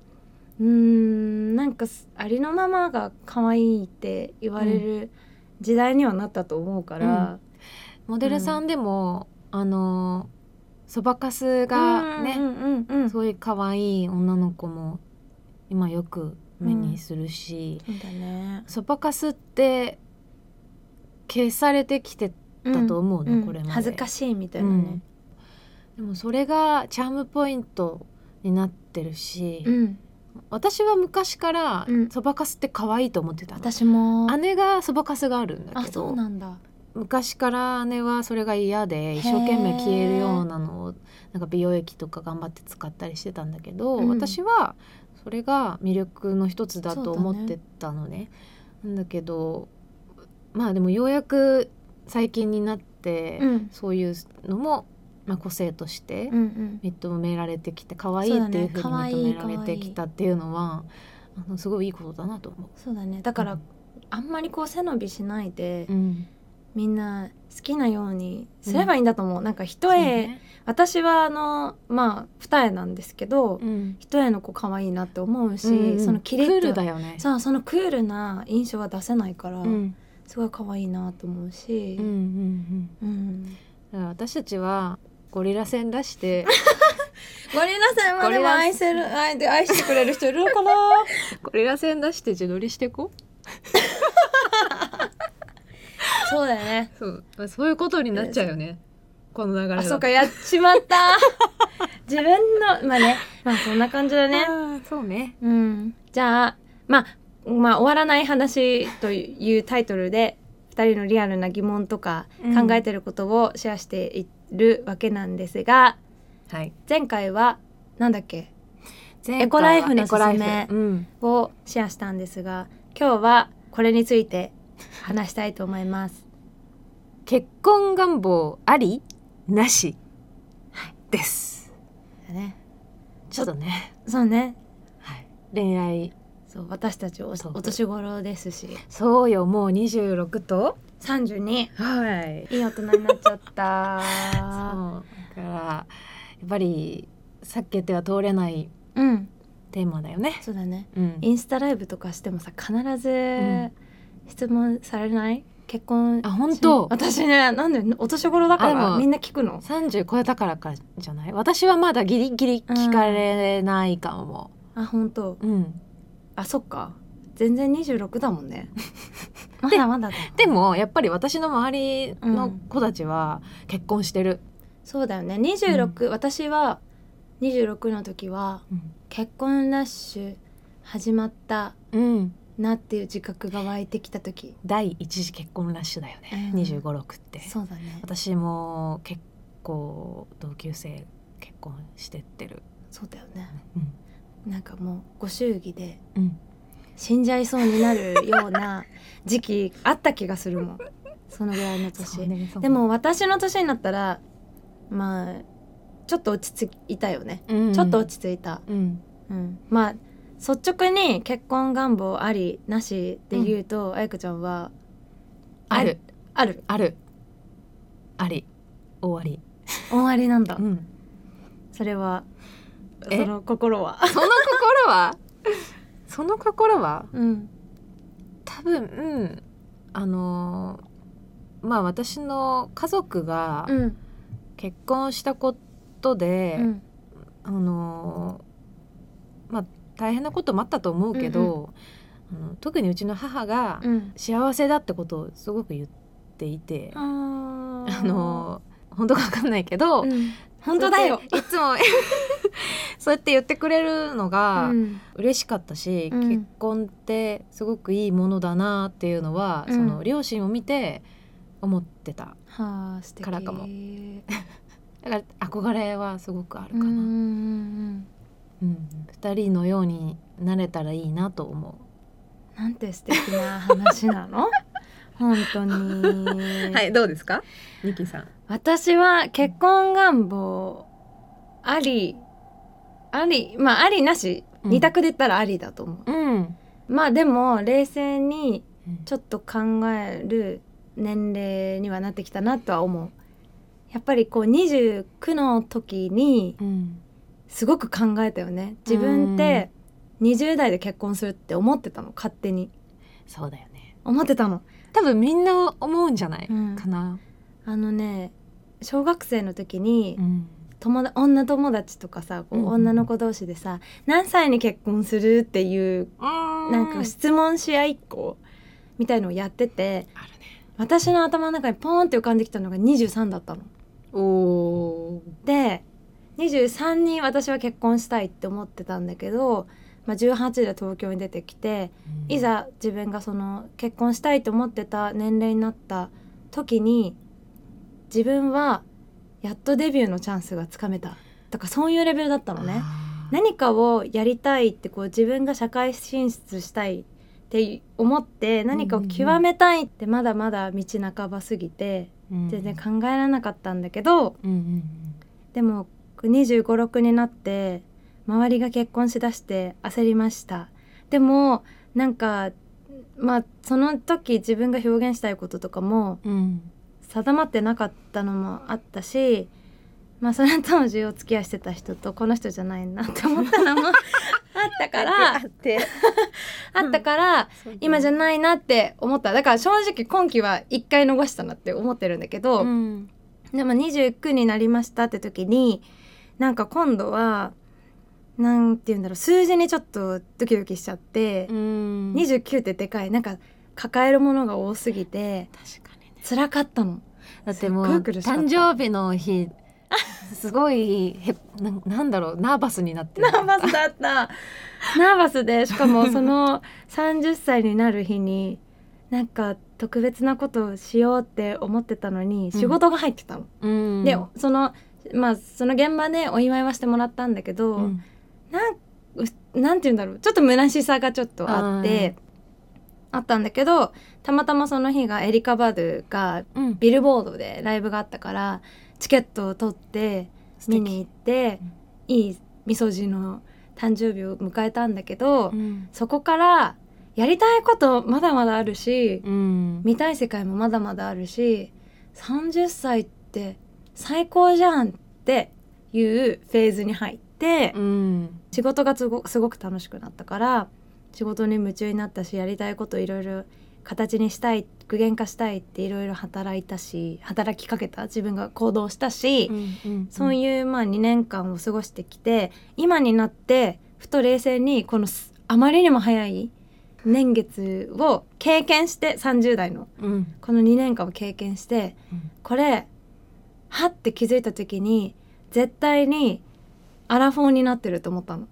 [SPEAKER 1] うーんなんかすありのままが可愛いって言われる時代にはなったと思うから、
[SPEAKER 2] モデルさんでも、あのそばかすが
[SPEAKER 1] う
[SPEAKER 2] ね、
[SPEAKER 1] んうんうんうん、そ
[SPEAKER 2] そういう可愛い女の子も今よく目にするし、
[SPEAKER 1] うだね
[SPEAKER 2] そばかすって消されてきてたと思うの、
[SPEAKER 1] うん
[SPEAKER 2] これまで
[SPEAKER 1] 恥ずかしいみたいな
[SPEAKER 2] う
[SPEAKER 1] ね
[SPEAKER 2] ん、でもそれがチャームポイントになってるし、
[SPEAKER 1] うん、
[SPEAKER 2] 私は昔から
[SPEAKER 1] うん
[SPEAKER 2] そばかすって可愛いと思ってたの、
[SPEAKER 1] 私も
[SPEAKER 2] 姉がそばかすがあるんだ
[SPEAKER 1] あ
[SPEAKER 2] け
[SPEAKER 1] そ
[SPEAKER 2] ど
[SPEAKER 1] うなんだ
[SPEAKER 2] 昔から姉はそれが嫌で
[SPEAKER 1] ー
[SPEAKER 2] 一生懸命消えるようなのをなんか美容液とか頑張って使ったりしてたんだけど、
[SPEAKER 1] うん
[SPEAKER 2] 私はそれが魅力の一つだ
[SPEAKER 1] そ
[SPEAKER 2] と
[SPEAKER 1] うだね
[SPEAKER 2] 思ってたのねなんだけどまあでもようやく最近になって、
[SPEAKER 1] うん
[SPEAKER 2] そういうのも、まあ、個性として、
[SPEAKER 1] うんうん
[SPEAKER 2] 認められてきて可愛いっていうふう
[SPEAKER 1] そうだね
[SPEAKER 2] に認められてきたっていうのはあのすごいいいことだなと思う。
[SPEAKER 1] そうだねだから、あんまりこう背伸びしないで、
[SPEAKER 2] うん、
[SPEAKER 1] みんな好きなようにすればいいんだと思う、なんか一重、
[SPEAKER 2] ね
[SPEAKER 1] 私はあのまあ二重なんですけど、
[SPEAKER 2] うん
[SPEAKER 1] 一重の子可愛いなって思うし、
[SPEAKER 2] うん
[SPEAKER 1] そのキ
[SPEAKER 2] ク
[SPEAKER 1] リッ
[SPEAKER 2] ー
[SPEAKER 1] と
[SPEAKER 2] ルだよね。
[SPEAKER 1] そうそのクールな印象は出せないから、
[SPEAKER 2] うん
[SPEAKER 1] すごい可愛いなと思うし
[SPEAKER 2] うんうんう、ん、
[SPEAKER 1] うん、
[SPEAKER 2] だから私たちはゴリラ戦出して [LAUGHS]
[SPEAKER 1] ゴリラさん
[SPEAKER 2] はでも愛
[SPEAKER 1] せる愛で愛してくれる人いるのかな
[SPEAKER 2] ゴリラ戦出して自撮りしてこ
[SPEAKER 1] そうだよね
[SPEAKER 2] うそうまあそういうことになっちゃうよねこの流れだ
[SPEAKER 1] あ
[SPEAKER 2] と
[SPEAKER 1] そうかやっちまった自分のまあねまあそんな感じだね
[SPEAKER 2] あーそうね
[SPEAKER 1] うん、じゃあ、まあ、まあ、終わらない話というタイトルで、 2人のリアルな疑問とか考えてることをシェアしているわけなんですが、
[SPEAKER 2] はい
[SPEAKER 1] 前回はなんだっけ
[SPEAKER 2] 前回は
[SPEAKER 1] エコライフの
[SPEAKER 2] エコライフ
[SPEAKER 1] すすめ
[SPEAKER 2] うん
[SPEAKER 1] をシェアしたんですが今日はこれについて話したいと思います。
[SPEAKER 2] 結婚願望ありなし、です
[SPEAKER 1] ね、
[SPEAKER 2] ちょっとね、
[SPEAKER 1] そうね
[SPEAKER 2] はい、恋愛
[SPEAKER 1] そう私たちお
[SPEAKER 2] そう
[SPEAKER 1] お年頃ですし
[SPEAKER 2] そうよもう26と
[SPEAKER 1] 32
[SPEAKER 2] はい
[SPEAKER 1] いい大人になっちゃった
[SPEAKER 2] [LAUGHS] そうだからやっぱり避けては通れない
[SPEAKER 1] うん
[SPEAKER 2] テーマだよね、
[SPEAKER 1] そうだね
[SPEAKER 2] うん
[SPEAKER 1] インスタライブとかしてもさ必ず
[SPEAKER 2] ん
[SPEAKER 1] 質問されない、結婚
[SPEAKER 2] あ本
[SPEAKER 1] し
[SPEAKER 2] 当
[SPEAKER 1] 私ねなんでお年頃だか
[SPEAKER 2] あで
[SPEAKER 1] ら
[SPEAKER 2] も
[SPEAKER 1] みんな聞くの
[SPEAKER 2] 30超えたからかじゃない私はまだギリギリ聞かれないかも、
[SPEAKER 1] あ本当
[SPEAKER 2] うん、
[SPEAKER 1] あそっか全然26だもん
[SPEAKER 2] [LAUGHS]
[SPEAKER 1] ねまだまだだ
[SPEAKER 2] でもやっぱり私の周り
[SPEAKER 1] う
[SPEAKER 2] の
[SPEAKER 1] ん
[SPEAKER 2] 子たちは結婚してる、
[SPEAKER 1] そうだよね26、私は26の時は
[SPEAKER 2] うん
[SPEAKER 1] 結婚ラッシュ始まったなっていう自覚が湧いてきた時
[SPEAKER 2] 第一次結婚ラッシュだよね、
[SPEAKER 1] うん
[SPEAKER 2] 2 5 6って
[SPEAKER 1] そうだね
[SPEAKER 2] 私も結構同級生結婚してってる、
[SPEAKER 1] そうだよね
[SPEAKER 2] うん
[SPEAKER 1] なんかもうご祝儀で
[SPEAKER 2] うん、
[SPEAKER 1] 死んじゃいそうになるような時期あった気がするも
[SPEAKER 2] [LAUGHS]
[SPEAKER 1] んそのぐらいの年、
[SPEAKER 2] そうねそう
[SPEAKER 1] でも私の年になったらまあちょっと落ち着いたよね、
[SPEAKER 2] うん
[SPEAKER 1] ちょっと落ち着いた、
[SPEAKER 2] うん
[SPEAKER 1] うん、まあ率直に結婚願望ありなしで言うと、あやこちゃんは
[SPEAKER 2] ある
[SPEAKER 1] ある
[SPEAKER 2] あるあり終わ
[SPEAKER 1] 終わりなんだ、
[SPEAKER 2] り、うん、
[SPEAKER 1] それは
[SPEAKER 2] え
[SPEAKER 1] その心
[SPEAKER 2] [LAUGHS]
[SPEAKER 1] は
[SPEAKER 2] その心はその心は
[SPEAKER 1] うん
[SPEAKER 2] 多分、うん、あのーまあ私の家族が
[SPEAKER 1] うん
[SPEAKER 2] 結婚したことで、
[SPEAKER 1] うん
[SPEAKER 2] あのーまあ大変なこともあったと思うけど、あの特にうちの母が
[SPEAKER 1] うん
[SPEAKER 2] 幸せだってことをすごく言っていて、
[SPEAKER 1] あ
[SPEAKER 2] あ
[SPEAKER 1] ー
[SPEAKER 2] のー本当かわかんないけど、
[SPEAKER 1] うん本当だよ
[SPEAKER 2] そうやっていつも [LAUGHS] そうやって言ってくれるのが
[SPEAKER 1] うん
[SPEAKER 2] 嬉しかったし、
[SPEAKER 1] うん
[SPEAKER 2] 結婚ってすごくいいものだなっていうのは、
[SPEAKER 1] うん
[SPEAKER 2] その両親を見て思ってた
[SPEAKER 1] はあ素敵
[SPEAKER 2] からかも
[SPEAKER 1] うん
[SPEAKER 2] だから憧れはすごくある
[SPEAKER 1] うん
[SPEAKER 2] かな、
[SPEAKER 1] う
[SPEAKER 2] うん
[SPEAKER 1] ん
[SPEAKER 2] 2人のようになれたらいいなと思
[SPEAKER 1] なんて素敵な話な [LAUGHS] の本当
[SPEAKER 2] う
[SPEAKER 1] に、
[SPEAKER 2] いどうですかニキさん
[SPEAKER 1] 私は結婚願望ありありまあありなし
[SPEAKER 2] うん
[SPEAKER 1] 二択で言ったらありだと思う、
[SPEAKER 2] うん
[SPEAKER 1] まあでも冷静にち
[SPEAKER 2] ょっ
[SPEAKER 1] ょっと考える年齢にはなってきたなとは思うやっぱりこう29の時に
[SPEAKER 2] と、うん
[SPEAKER 1] すごく考えたよね自分って20代で結婚するって思ってたの勝手に
[SPEAKER 2] そうだよね
[SPEAKER 1] 思ってたの
[SPEAKER 2] 多分みんな思うんじゃない、
[SPEAKER 1] うん
[SPEAKER 2] かな、
[SPEAKER 1] あのね小学生の時に
[SPEAKER 2] ん、
[SPEAKER 1] 友だ女友達とかさこ
[SPEAKER 2] うん
[SPEAKER 1] う
[SPEAKER 2] うん
[SPEAKER 1] 女の子同士でさ何歳に結婚するっていう
[SPEAKER 2] な
[SPEAKER 1] なんか質問し合いっこみたいのをやってて
[SPEAKER 2] あるね
[SPEAKER 1] 私の頭の中にポーンって浮かんできたのが23だったの。
[SPEAKER 2] おお
[SPEAKER 1] で23に私は結婚したいって思ってたんだけど、まあ、18で東京に出てきていざ自分がその結婚したいと思ってた年齢になった時に自分はやっとデビューのチャンスがつかめたとかそういうレベルだったのね。何かをやりたいってこう自分が社会進出したいって思って何かを極めたいってまだまだ道半ば過ぎて全然考えられなかったんだけど、
[SPEAKER 2] うんうん
[SPEAKER 1] でも2 5 6になって周りが結婚しだして焦りましたでもなんかまあその時自分が表現したいこととかも
[SPEAKER 2] うんうん
[SPEAKER 1] 定まってなかったのもあったしまあその当時お付き合いしてた人とこの人じゃないなって思ったのもあったからあ
[SPEAKER 2] て
[SPEAKER 1] ったから今じゃ
[SPEAKER 2] な
[SPEAKER 1] ないなって思っただから正直今期は一回逃したなって思ってるんだけど、
[SPEAKER 2] うん
[SPEAKER 1] でも29になりましたって時になんか今度はなんて言うんだろう数字にちょっとドキドキしちゃって、
[SPEAKER 2] うん
[SPEAKER 1] 29ってでかいなんか抱えるものが多すぎて
[SPEAKER 2] 確かにね
[SPEAKER 1] 辛かったの。
[SPEAKER 2] だってもう
[SPEAKER 1] すっごい苦しかった
[SPEAKER 2] 誕生日の日すごいへ [LAUGHS] ななんだろうナーバスになって
[SPEAKER 1] ナーバスだ [LAUGHS] ったナーバスでしかもその30歳になる日になんか特別なことをしようって思ってたのに
[SPEAKER 2] うん
[SPEAKER 1] 仕事が入ってたの。
[SPEAKER 2] うん
[SPEAKER 1] でそのまあその現場でお祝いはしてもらったんだけど、
[SPEAKER 2] うん
[SPEAKER 1] なんうなんて言うんだろうちょっと虚しさがちょっとあってあったんだけどたまたまその日がエリカ・バドゥが
[SPEAKER 2] うん
[SPEAKER 1] ビルボードでライブがあったからチケットを取って
[SPEAKER 2] 素敵
[SPEAKER 1] 見に行っていいみそじの誕生日を迎えたんだけど、
[SPEAKER 2] うん
[SPEAKER 1] そこからやりたいことまだまだあるし、
[SPEAKER 2] うん
[SPEAKER 1] 見たい世界もまだまだあるし30歳って最高じゃんっていうフェーズに入って、
[SPEAKER 2] うん
[SPEAKER 1] 仕事がすごすごく楽しくなったから仕事に夢中になったしやりたいこといろいろ形にしたい具現化したいっていろいろ働いたし働きかけた自分が行動したし、
[SPEAKER 2] うん
[SPEAKER 1] そういうまあ2年間を過ごしてきて今になってふと冷静にこのすあまりにも早い年月を経験して30代の
[SPEAKER 2] うん
[SPEAKER 1] この2年間を経験して
[SPEAKER 2] うん
[SPEAKER 1] これはって気づいた時に絶対にアラフォーになってると思ったの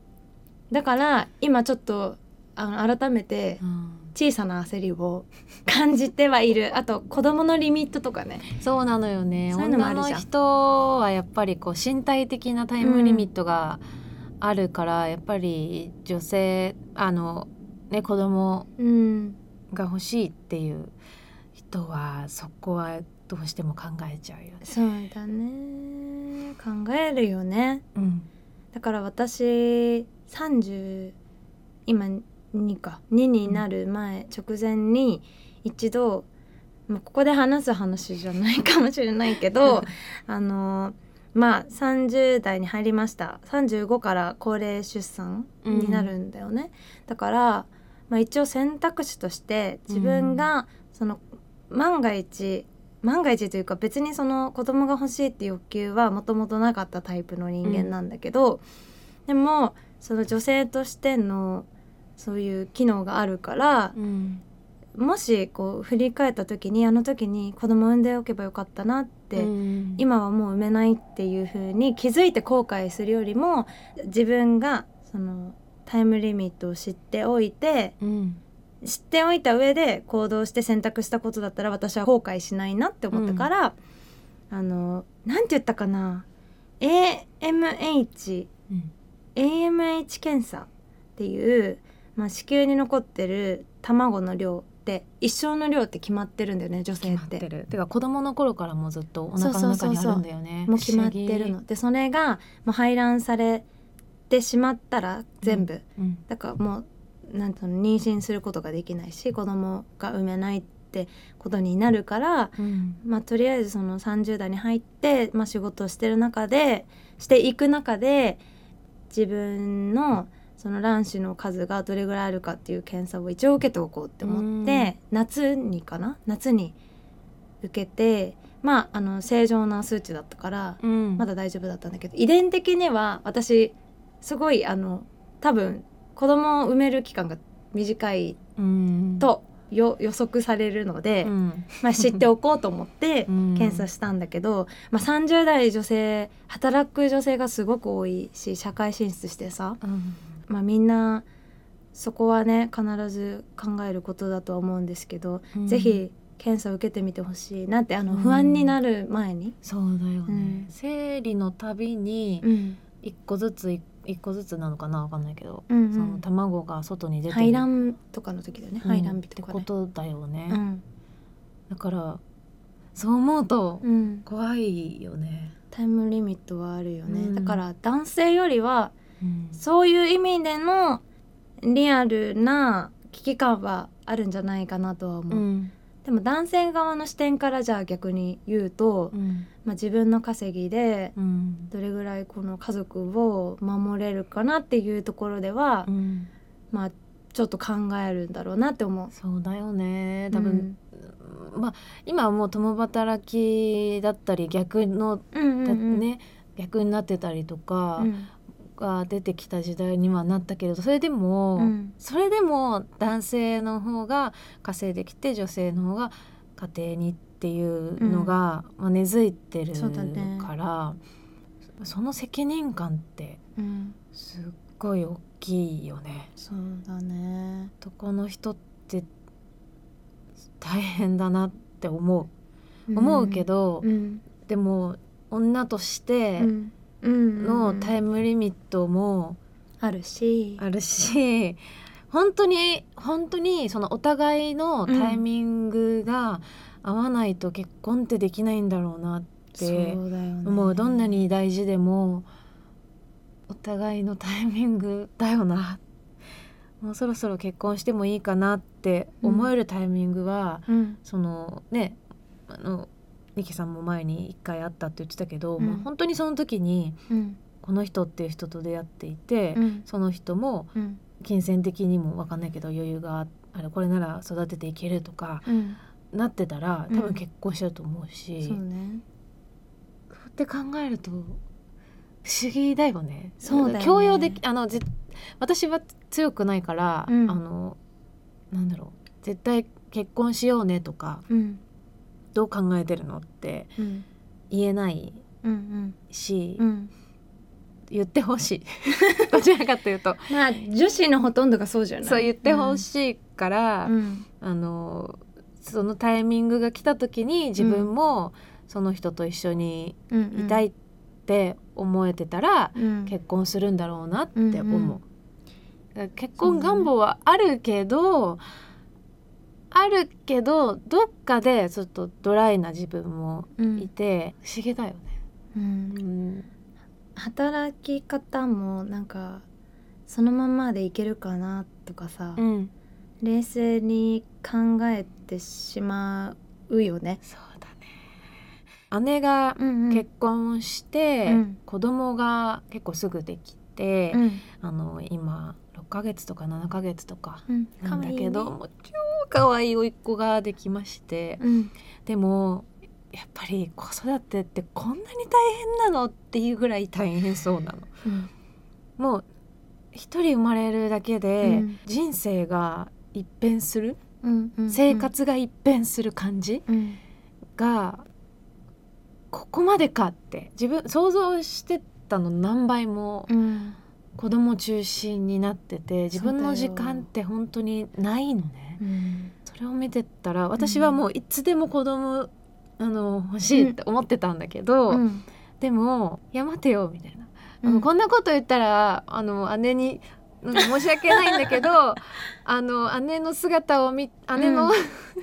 [SPEAKER 1] だから今ちょっとあの改めて
[SPEAKER 2] うん
[SPEAKER 1] 小さな焦りを感じてはいるあと子供のリミットとかね
[SPEAKER 2] そうなのよね
[SPEAKER 1] そういうのもあ
[SPEAKER 2] 女
[SPEAKER 1] るじゃん
[SPEAKER 2] の人はやっぱりこう身体的なタイムリミットがあるから、やっぱり女性あのね子供
[SPEAKER 1] うん
[SPEAKER 2] が欲しいっていう人はそこはどうしても考えちゃうよね。
[SPEAKER 1] そうだね考えるよね
[SPEAKER 2] うん
[SPEAKER 1] だから私30今2か2になる前直前に一度、まあ、ここで話す話じゃないかもしれないけどあのまあ30代に入りました35から高齢出産になるんだよね、だから、まあ、一応選択肢として自分がその万が一万が一というか別にその子供が欲しいっていう欲求はもともとなかったタイプの人間なんだけど、でもその女性としてのそういう機能があるから
[SPEAKER 2] う、ん
[SPEAKER 1] もしこう振り返った時にあの時に子供産んでおけばよかったなって、
[SPEAKER 2] うん
[SPEAKER 1] 今はもう産めないっていう風に気づいて後悔するよりも自分がそのタイムリミットを知っておいて
[SPEAKER 2] うん
[SPEAKER 1] 知っておいた上で行動して選択したことだったら私は後悔しないなって思ったから、あのなんて言ったかな AMH
[SPEAKER 2] うん
[SPEAKER 1] AMH 検査っていう、まあ、子宮に残ってる卵の量って一生の量って決まってるんだよね女性
[SPEAKER 2] 決ま
[SPEAKER 1] っ
[SPEAKER 2] って
[SPEAKER 1] て。
[SPEAKER 2] るてか子供の頃からもうずっとお腹の中にあるんだよね
[SPEAKER 1] もう決まってるのでそれがもう排卵されてしまったら全部、
[SPEAKER 2] 不思議
[SPEAKER 1] だからもうなんと妊娠することができないし子供が産めないってことになるから、
[SPEAKER 2] うんうん
[SPEAKER 1] まあ、とりあえずその30代に入って、まあ、仕事をしてる中でしていく中で自分のその卵子の数がどれぐらいあるかっていう検査を一応受けておこうって思って夏にかな夏に受けてまああの正常な数値だったから
[SPEAKER 2] うん
[SPEAKER 1] まだ大丈夫だったんだけど遺伝的には私すごいあの多分子供を産める期間が短い
[SPEAKER 2] うん
[SPEAKER 1] とよ予測されるので。
[SPEAKER 2] うん
[SPEAKER 1] まあ、知っておこうと思って
[SPEAKER 2] [LAUGHS] うん
[SPEAKER 1] 検査したんだけど、まあ、30代女性働く女性がすごく多いし社会進出してさ、
[SPEAKER 2] うん
[SPEAKER 1] まあ、みんなそこはね必ず考えることだとは思うんですけど、
[SPEAKER 2] うん
[SPEAKER 1] ぜひ検査を受けてみてほしいなってあの
[SPEAKER 2] うん
[SPEAKER 1] 不安になる前に。
[SPEAKER 2] そうだよね、
[SPEAKER 1] うん
[SPEAKER 2] 生理のたびに
[SPEAKER 1] うん
[SPEAKER 2] 一個ずつ一個ずつなのかなわかんないけど、
[SPEAKER 1] うんうん
[SPEAKER 2] その卵が外に出てる
[SPEAKER 1] 排卵とかの時だよね
[SPEAKER 2] うん
[SPEAKER 1] 排卵日と
[SPEAKER 2] っ
[SPEAKER 1] か
[SPEAKER 2] てこ
[SPEAKER 1] ね。
[SPEAKER 2] とだよね、
[SPEAKER 1] うん
[SPEAKER 2] だからそう思うと
[SPEAKER 1] うん、
[SPEAKER 2] 怖いよね、
[SPEAKER 1] タイムリミットはあるよね、
[SPEAKER 2] うん
[SPEAKER 1] だから男性よりは
[SPEAKER 2] うん
[SPEAKER 1] そういう意味でのリアルな危機感はあるんじゃないかなとは思う、
[SPEAKER 2] ん
[SPEAKER 1] でも男性側の視点からじゃあ逆に言うと、
[SPEAKER 2] うん
[SPEAKER 1] まあ、自分の稼ぎで
[SPEAKER 2] うん
[SPEAKER 1] どれぐらいこの家族を守れるかなっていうところでは、
[SPEAKER 2] うん
[SPEAKER 1] まあちょっと考えるんだろうなって思う。
[SPEAKER 2] そうだよね多分、まあ今はもう共働きだったり逆の、
[SPEAKER 1] うん、うんうん
[SPEAKER 2] だ
[SPEAKER 1] うん、
[SPEAKER 2] ね逆になってたりとか
[SPEAKER 1] うん、
[SPEAKER 2] が出てきた時代にはなったけれどそれでも、
[SPEAKER 1] うん
[SPEAKER 2] それでも男性の方が稼いできて女性の方が家庭にっていうのが、まあ、根付いてる
[SPEAKER 1] そうだね
[SPEAKER 2] からその責任感って
[SPEAKER 1] うん、
[SPEAKER 2] すっごい大きいよね。
[SPEAKER 1] そうだね。
[SPEAKER 2] 男の人って大変だなって思
[SPEAKER 1] う
[SPEAKER 2] う。
[SPEAKER 1] ん
[SPEAKER 2] 思うけど、
[SPEAKER 1] うん
[SPEAKER 2] でも女として
[SPEAKER 1] うんうん
[SPEAKER 2] のタイムリミットも
[SPEAKER 1] あるし
[SPEAKER 2] あるし本当に本当にそのお互いのタイミングが合わないと結婚ってできないんだろうなって
[SPEAKER 1] そうだよね
[SPEAKER 2] 思うどんなに大事でもお互いのタイミング [LAUGHS] だよなもうそろそろ結婚してもいいかなって思えるタイミングは、
[SPEAKER 1] うん
[SPEAKER 2] そのねあのリキさんも前に一回会ったって言ってたけど、
[SPEAKER 1] うん
[SPEAKER 2] まあ本当にその時に
[SPEAKER 1] うん
[SPEAKER 2] この人っていう人と出会っていて、
[SPEAKER 1] うん
[SPEAKER 2] その人も
[SPEAKER 1] うん
[SPEAKER 2] 金銭的にも分かんないけど余裕があれこれなら育てていけるとか
[SPEAKER 1] うん
[SPEAKER 2] なってたら
[SPEAKER 1] うん
[SPEAKER 2] 多分結婚しちゃうと思うし、
[SPEAKER 1] そうね
[SPEAKER 2] そうって考えると不思議だよね。
[SPEAKER 1] そうだよね
[SPEAKER 2] 強要できあのぜ私は強くないから、
[SPEAKER 1] うん
[SPEAKER 2] あのなんだろう絶対結婚しようねとか
[SPEAKER 1] うん
[SPEAKER 2] どう考えてるのって
[SPEAKER 1] うん
[SPEAKER 2] 言えない
[SPEAKER 1] うん
[SPEAKER 2] し、
[SPEAKER 1] うんうん
[SPEAKER 2] 言ってほ [LAUGHS] しいどちらかというと
[SPEAKER 1] まあ女子のほとんどがそうじゃない
[SPEAKER 2] そう言ってほしいから、
[SPEAKER 1] うん
[SPEAKER 2] あのそのタイミングが来た時に自分もその人と一緒に
[SPEAKER 1] うん
[SPEAKER 2] いたいって思えてたら、
[SPEAKER 1] うん
[SPEAKER 2] 結婚するんだろうなって
[SPEAKER 1] うんうん
[SPEAKER 2] 思う。だから結婚願望はあるけど、あるけどどっかでちょっとドライな自分も
[SPEAKER 1] うん
[SPEAKER 2] いて、不思議だよね。
[SPEAKER 1] うん働き方もなんかそのままでいけるかなとかさ、
[SPEAKER 2] うん、
[SPEAKER 1] 冷静に考えてしまうよね。
[SPEAKER 2] そうだね。姉が
[SPEAKER 1] うん
[SPEAKER 2] 結婚して、
[SPEAKER 1] うん
[SPEAKER 2] 子供が結構すぐできて、
[SPEAKER 1] うん
[SPEAKER 2] あの今6ヶ月とか7ヶ月とか
[SPEAKER 1] うん、
[SPEAKER 2] なんだけど
[SPEAKER 1] 可愛いね
[SPEAKER 2] もう超可愛い甥っ子ができまして
[SPEAKER 1] うん、
[SPEAKER 2] でもやっぱり子育てってこんなに大変なのっていうぐらい大変そうなの。
[SPEAKER 1] うん
[SPEAKER 2] もう一人生まれるだけで
[SPEAKER 1] うん
[SPEAKER 2] 人生が一変する、
[SPEAKER 1] うんうん、
[SPEAKER 2] 生活が一変する感じ
[SPEAKER 1] うん
[SPEAKER 2] がここまでかって自分想像してたの何倍も
[SPEAKER 1] うん
[SPEAKER 2] 子供中心になってて自分の時間って本当にないのね
[SPEAKER 1] うん
[SPEAKER 2] それを見てたら私はもういつでも子供あの欲しいって思ってたんだけど、
[SPEAKER 1] うん
[SPEAKER 2] でも「いや待てよ」みたいな、あ
[SPEAKER 1] う
[SPEAKER 2] の
[SPEAKER 1] ん
[SPEAKER 2] こんなこと言ったらあの姉になんか申し訳ないん
[SPEAKER 1] [LAUGHS]
[SPEAKER 2] だけどあの姉の姿を見姉の、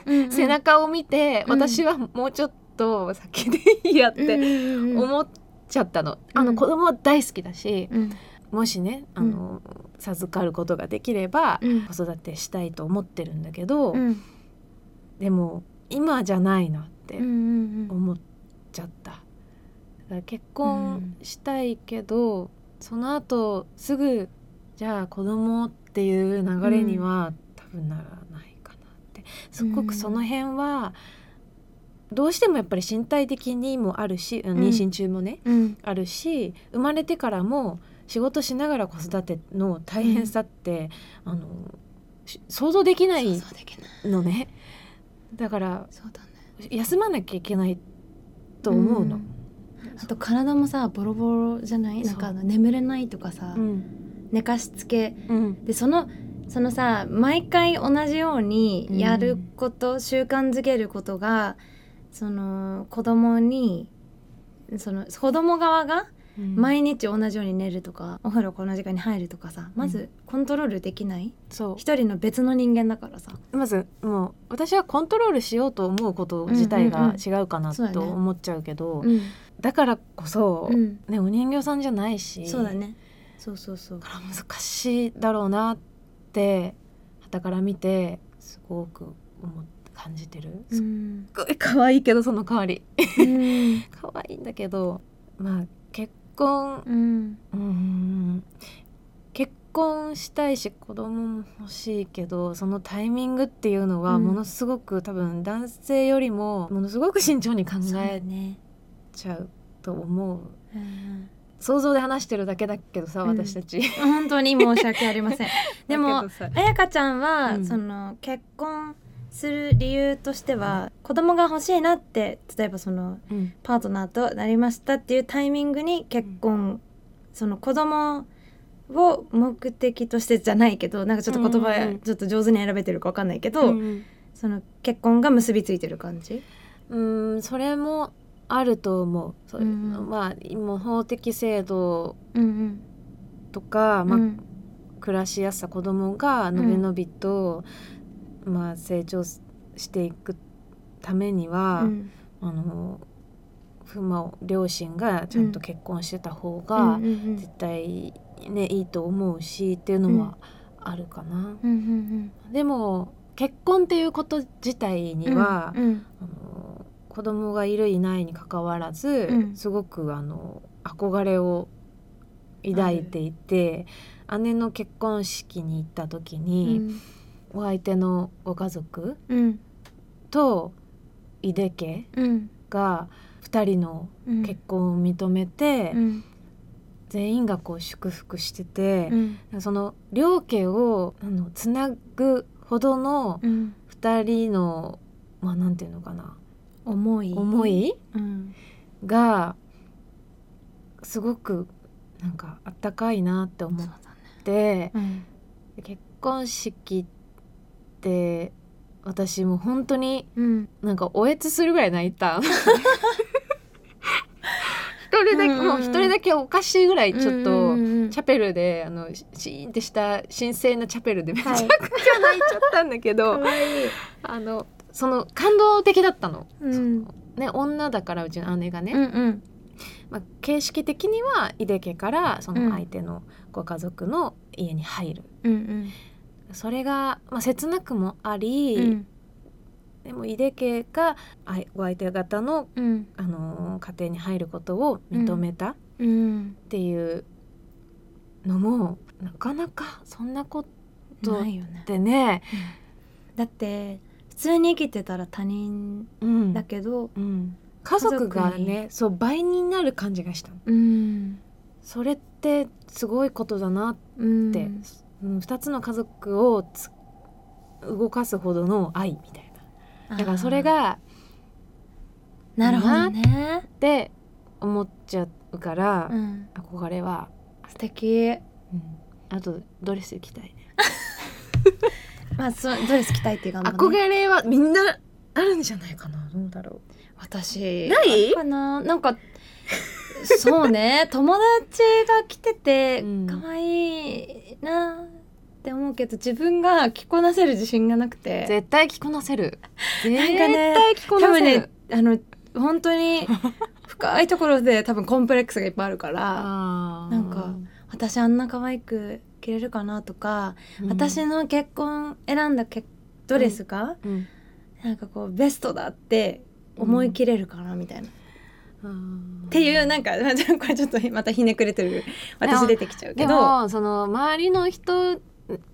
[SPEAKER 1] うんうん
[SPEAKER 2] 背中を見て、
[SPEAKER 1] うん
[SPEAKER 2] 私はもうちょっと先でいいやっ
[SPEAKER 1] うん
[SPEAKER 2] て
[SPEAKER 1] うんうん
[SPEAKER 2] 思っちゃったの。あ
[SPEAKER 1] う
[SPEAKER 2] の
[SPEAKER 1] ん
[SPEAKER 2] 子供は大好きだし、
[SPEAKER 1] うん
[SPEAKER 2] もしねあの、授かることができれば、
[SPEAKER 1] うん
[SPEAKER 2] 子育てしたいと思ってるんだけど、
[SPEAKER 1] うん
[SPEAKER 2] でも今じゃないなって
[SPEAKER 1] うんうんうん
[SPEAKER 2] 思っちゃった。だから結婚したいけど、その後すぐじゃあ子供っていう流れには多分ならないかなってすっごくその辺は、どうしてもやっぱり身体的にもあるしあの
[SPEAKER 1] うん
[SPEAKER 2] 妊娠中もね、
[SPEAKER 1] うん
[SPEAKER 2] あるし生まれてからも仕事しながら子育ての大変さって、あのし想像できない
[SPEAKER 1] 想像できない
[SPEAKER 2] のねだから
[SPEAKER 1] そうだね
[SPEAKER 2] 休まなきゃいけないと思うの、
[SPEAKER 1] んあと体もさボロボロじゃないなんかあの眠れないとかさ、
[SPEAKER 2] うん
[SPEAKER 1] 寝かしつけ
[SPEAKER 2] うん
[SPEAKER 1] でそのそのさ毎回同じようにやること、習慣づけることがその子供にその子供側が毎日同じように寝るとか、お風呂この時間に入るとかさまずコントロールできない
[SPEAKER 2] そ
[SPEAKER 1] 一人の別の人間だからさ
[SPEAKER 2] うまずもう私はコントロールしようと思うこと自体が違うかな
[SPEAKER 1] うんうんうんそうだ
[SPEAKER 2] と
[SPEAKER 1] ね
[SPEAKER 2] 思っちゃうけど、
[SPEAKER 1] うん、
[SPEAKER 2] だからこそ、
[SPEAKER 1] うん
[SPEAKER 2] ね、お人形さんじゃないし
[SPEAKER 1] そうだねそうそうそう
[SPEAKER 2] だから難しいだろうなって傍から見てすごく思っ感じてる、
[SPEAKER 1] う
[SPEAKER 2] すっ
[SPEAKER 1] ん、
[SPEAKER 2] ごい可愛いけどその代わり
[SPEAKER 1] うん
[SPEAKER 2] 可愛いんだけどまあ結婚
[SPEAKER 1] うん
[SPEAKER 2] うーん結婚したいし子供も欲しいけどそのタイミングっていうのは
[SPEAKER 1] うん
[SPEAKER 2] ものすごく、多分男性よりもものすごく慎重に考
[SPEAKER 1] そうだ
[SPEAKER 2] え
[SPEAKER 1] ね、
[SPEAKER 2] ちゃうと思う
[SPEAKER 1] うん、
[SPEAKER 2] 想像で話してるだけだけどさ、
[SPEAKER 1] うん
[SPEAKER 2] 私 [LAUGHS] たち
[SPEAKER 1] 本当に申し訳ありませんでも
[SPEAKER 2] だけどさ
[SPEAKER 1] 彩香ちゃんは、
[SPEAKER 2] うん
[SPEAKER 1] その結婚する理由としては、子供が欲しいなって例えばその
[SPEAKER 2] うん
[SPEAKER 1] パートナーとなりましたっていうタイミングに結婚、その子供を目的としてじゃないけどなんかちょっと言
[SPEAKER 2] うんうんう
[SPEAKER 1] 葉
[SPEAKER 2] ん
[SPEAKER 1] ちょっと上手に選べてるかわかんないけど、
[SPEAKER 2] うん
[SPEAKER 1] その結婚が結びついてる感じ
[SPEAKER 2] うーんそれもあると思うそういうの、
[SPEAKER 1] うん
[SPEAKER 2] まあ今法的制度
[SPEAKER 1] うん
[SPEAKER 2] とか、
[SPEAKER 1] うん
[SPEAKER 2] まあ
[SPEAKER 1] うん
[SPEAKER 2] 暮らしやすさ子供がのびのびと、まあ、成長すしていくためには、
[SPEAKER 1] うん
[SPEAKER 2] あのふまあ両親がちゃんと結婚してた方が
[SPEAKER 1] うんうん
[SPEAKER 2] 絶対ね、いいと思うしっていうのはあるかな。
[SPEAKER 1] うんうん
[SPEAKER 2] でも結婚っていうこと自体
[SPEAKER 1] う
[SPEAKER 2] に
[SPEAKER 1] ん
[SPEAKER 2] は、
[SPEAKER 1] うん
[SPEAKER 2] あの子供がいるいないにかかわらず、
[SPEAKER 1] うん
[SPEAKER 2] すごくあの憧れを抱いていて姉の結婚式に行った時
[SPEAKER 1] う
[SPEAKER 2] に、
[SPEAKER 1] ん
[SPEAKER 2] お相手のご家族
[SPEAKER 1] うん
[SPEAKER 2] と井出家
[SPEAKER 1] うん
[SPEAKER 2] が2人の
[SPEAKER 1] うん
[SPEAKER 2] 結婚を認めて、
[SPEAKER 1] うん
[SPEAKER 2] 全員がこう祝福してて
[SPEAKER 1] う、ん
[SPEAKER 2] その両家をあのつなぐほどの
[SPEAKER 1] うん
[SPEAKER 2] 2人の、まあ、なんていうのかな
[SPEAKER 1] 思い
[SPEAKER 2] 思い
[SPEAKER 1] うん
[SPEAKER 2] がすごくなんかあったかいなって思
[SPEAKER 1] そう
[SPEAKER 2] っ
[SPEAKER 1] だね
[SPEAKER 2] て
[SPEAKER 1] うん
[SPEAKER 2] 結婚式って私もう本当に
[SPEAKER 1] うん
[SPEAKER 2] なんかおえつするぐらい泣いた一
[SPEAKER 1] うんう
[SPEAKER 2] 人だけ、
[SPEAKER 1] ん
[SPEAKER 2] もう一人だけおかしいぐらいちょっと、
[SPEAKER 1] うんうんうん
[SPEAKER 2] チャペルであのシーンってした神聖なチャペルでめちゃく
[SPEAKER 1] は
[SPEAKER 2] ち
[SPEAKER 1] い
[SPEAKER 2] ゃ泣いちゃったんだけど、
[SPEAKER 1] 可愛い
[SPEAKER 2] あのその感動的だったの。
[SPEAKER 1] うん
[SPEAKER 2] ね、女だからうちの姉がね、
[SPEAKER 1] うんうん
[SPEAKER 2] まあ、形式的には井出家からそ
[SPEAKER 1] うん
[SPEAKER 2] の相手のご家族の家に入る、
[SPEAKER 1] うん
[SPEAKER 2] それが、まあ、切なくもあり、
[SPEAKER 1] うん
[SPEAKER 2] でも井出家があいお相手方の、
[SPEAKER 1] うん
[SPEAKER 2] あのー家庭に入ることを認めたっ
[SPEAKER 1] うん
[SPEAKER 2] ていうのも、なかなかそんなこ
[SPEAKER 1] うん
[SPEAKER 2] とっ
[SPEAKER 1] ないよね
[SPEAKER 2] てね、
[SPEAKER 1] だって普通に生きてたら他人
[SPEAKER 2] うん
[SPEAKER 1] だけど
[SPEAKER 2] うん家族
[SPEAKER 1] 家
[SPEAKER 2] が
[SPEAKER 1] 族
[SPEAKER 2] ねそう倍になる感じがしたの
[SPEAKER 1] うん
[SPEAKER 2] それってすごいことだなっ
[SPEAKER 1] うん
[SPEAKER 2] って、うん、2つの家族をつ動かすほどの愛みたいなだからそれが
[SPEAKER 1] なるほどね
[SPEAKER 2] って思っちゃうから、
[SPEAKER 1] うん
[SPEAKER 2] 憧れは、
[SPEAKER 1] 素敵
[SPEAKER 2] うんあとドレス着たいね
[SPEAKER 1] まあそうドレス着たいっていう願望
[SPEAKER 2] 憧
[SPEAKER 1] ね
[SPEAKER 2] れはみんなあるんじゃないかなどうだろ
[SPEAKER 1] 私
[SPEAKER 2] ない
[SPEAKER 1] あるかななんかそう
[SPEAKER 2] [LAUGHS]
[SPEAKER 1] ね友達が着てて
[SPEAKER 2] うん
[SPEAKER 1] 可愛いなって思うけど自分が着こなせる自信がなく
[SPEAKER 2] う
[SPEAKER 1] て
[SPEAKER 2] 絶対着こなせる絶
[SPEAKER 1] なんかね
[SPEAKER 2] 対着こ
[SPEAKER 1] 多
[SPEAKER 2] な
[SPEAKER 1] 分
[SPEAKER 2] せる
[SPEAKER 1] ね、あの本当に深いところ
[SPEAKER 2] [LAUGHS]
[SPEAKER 1] で多分コンプレックスがいっぱいあるから
[SPEAKER 2] あー
[SPEAKER 1] なんか、私あんな可愛く着れるかなとか、
[SPEAKER 2] うん
[SPEAKER 1] 私、の結婚選んだけドレスが、
[SPEAKER 2] うん
[SPEAKER 1] なんかこうベストだって思い切れるかなみたいな、
[SPEAKER 2] うん
[SPEAKER 1] っていうなんか [LAUGHS] これちょっとまたひねくれてる私出てきちゃうけ
[SPEAKER 2] で
[SPEAKER 1] ど
[SPEAKER 2] もその周りの人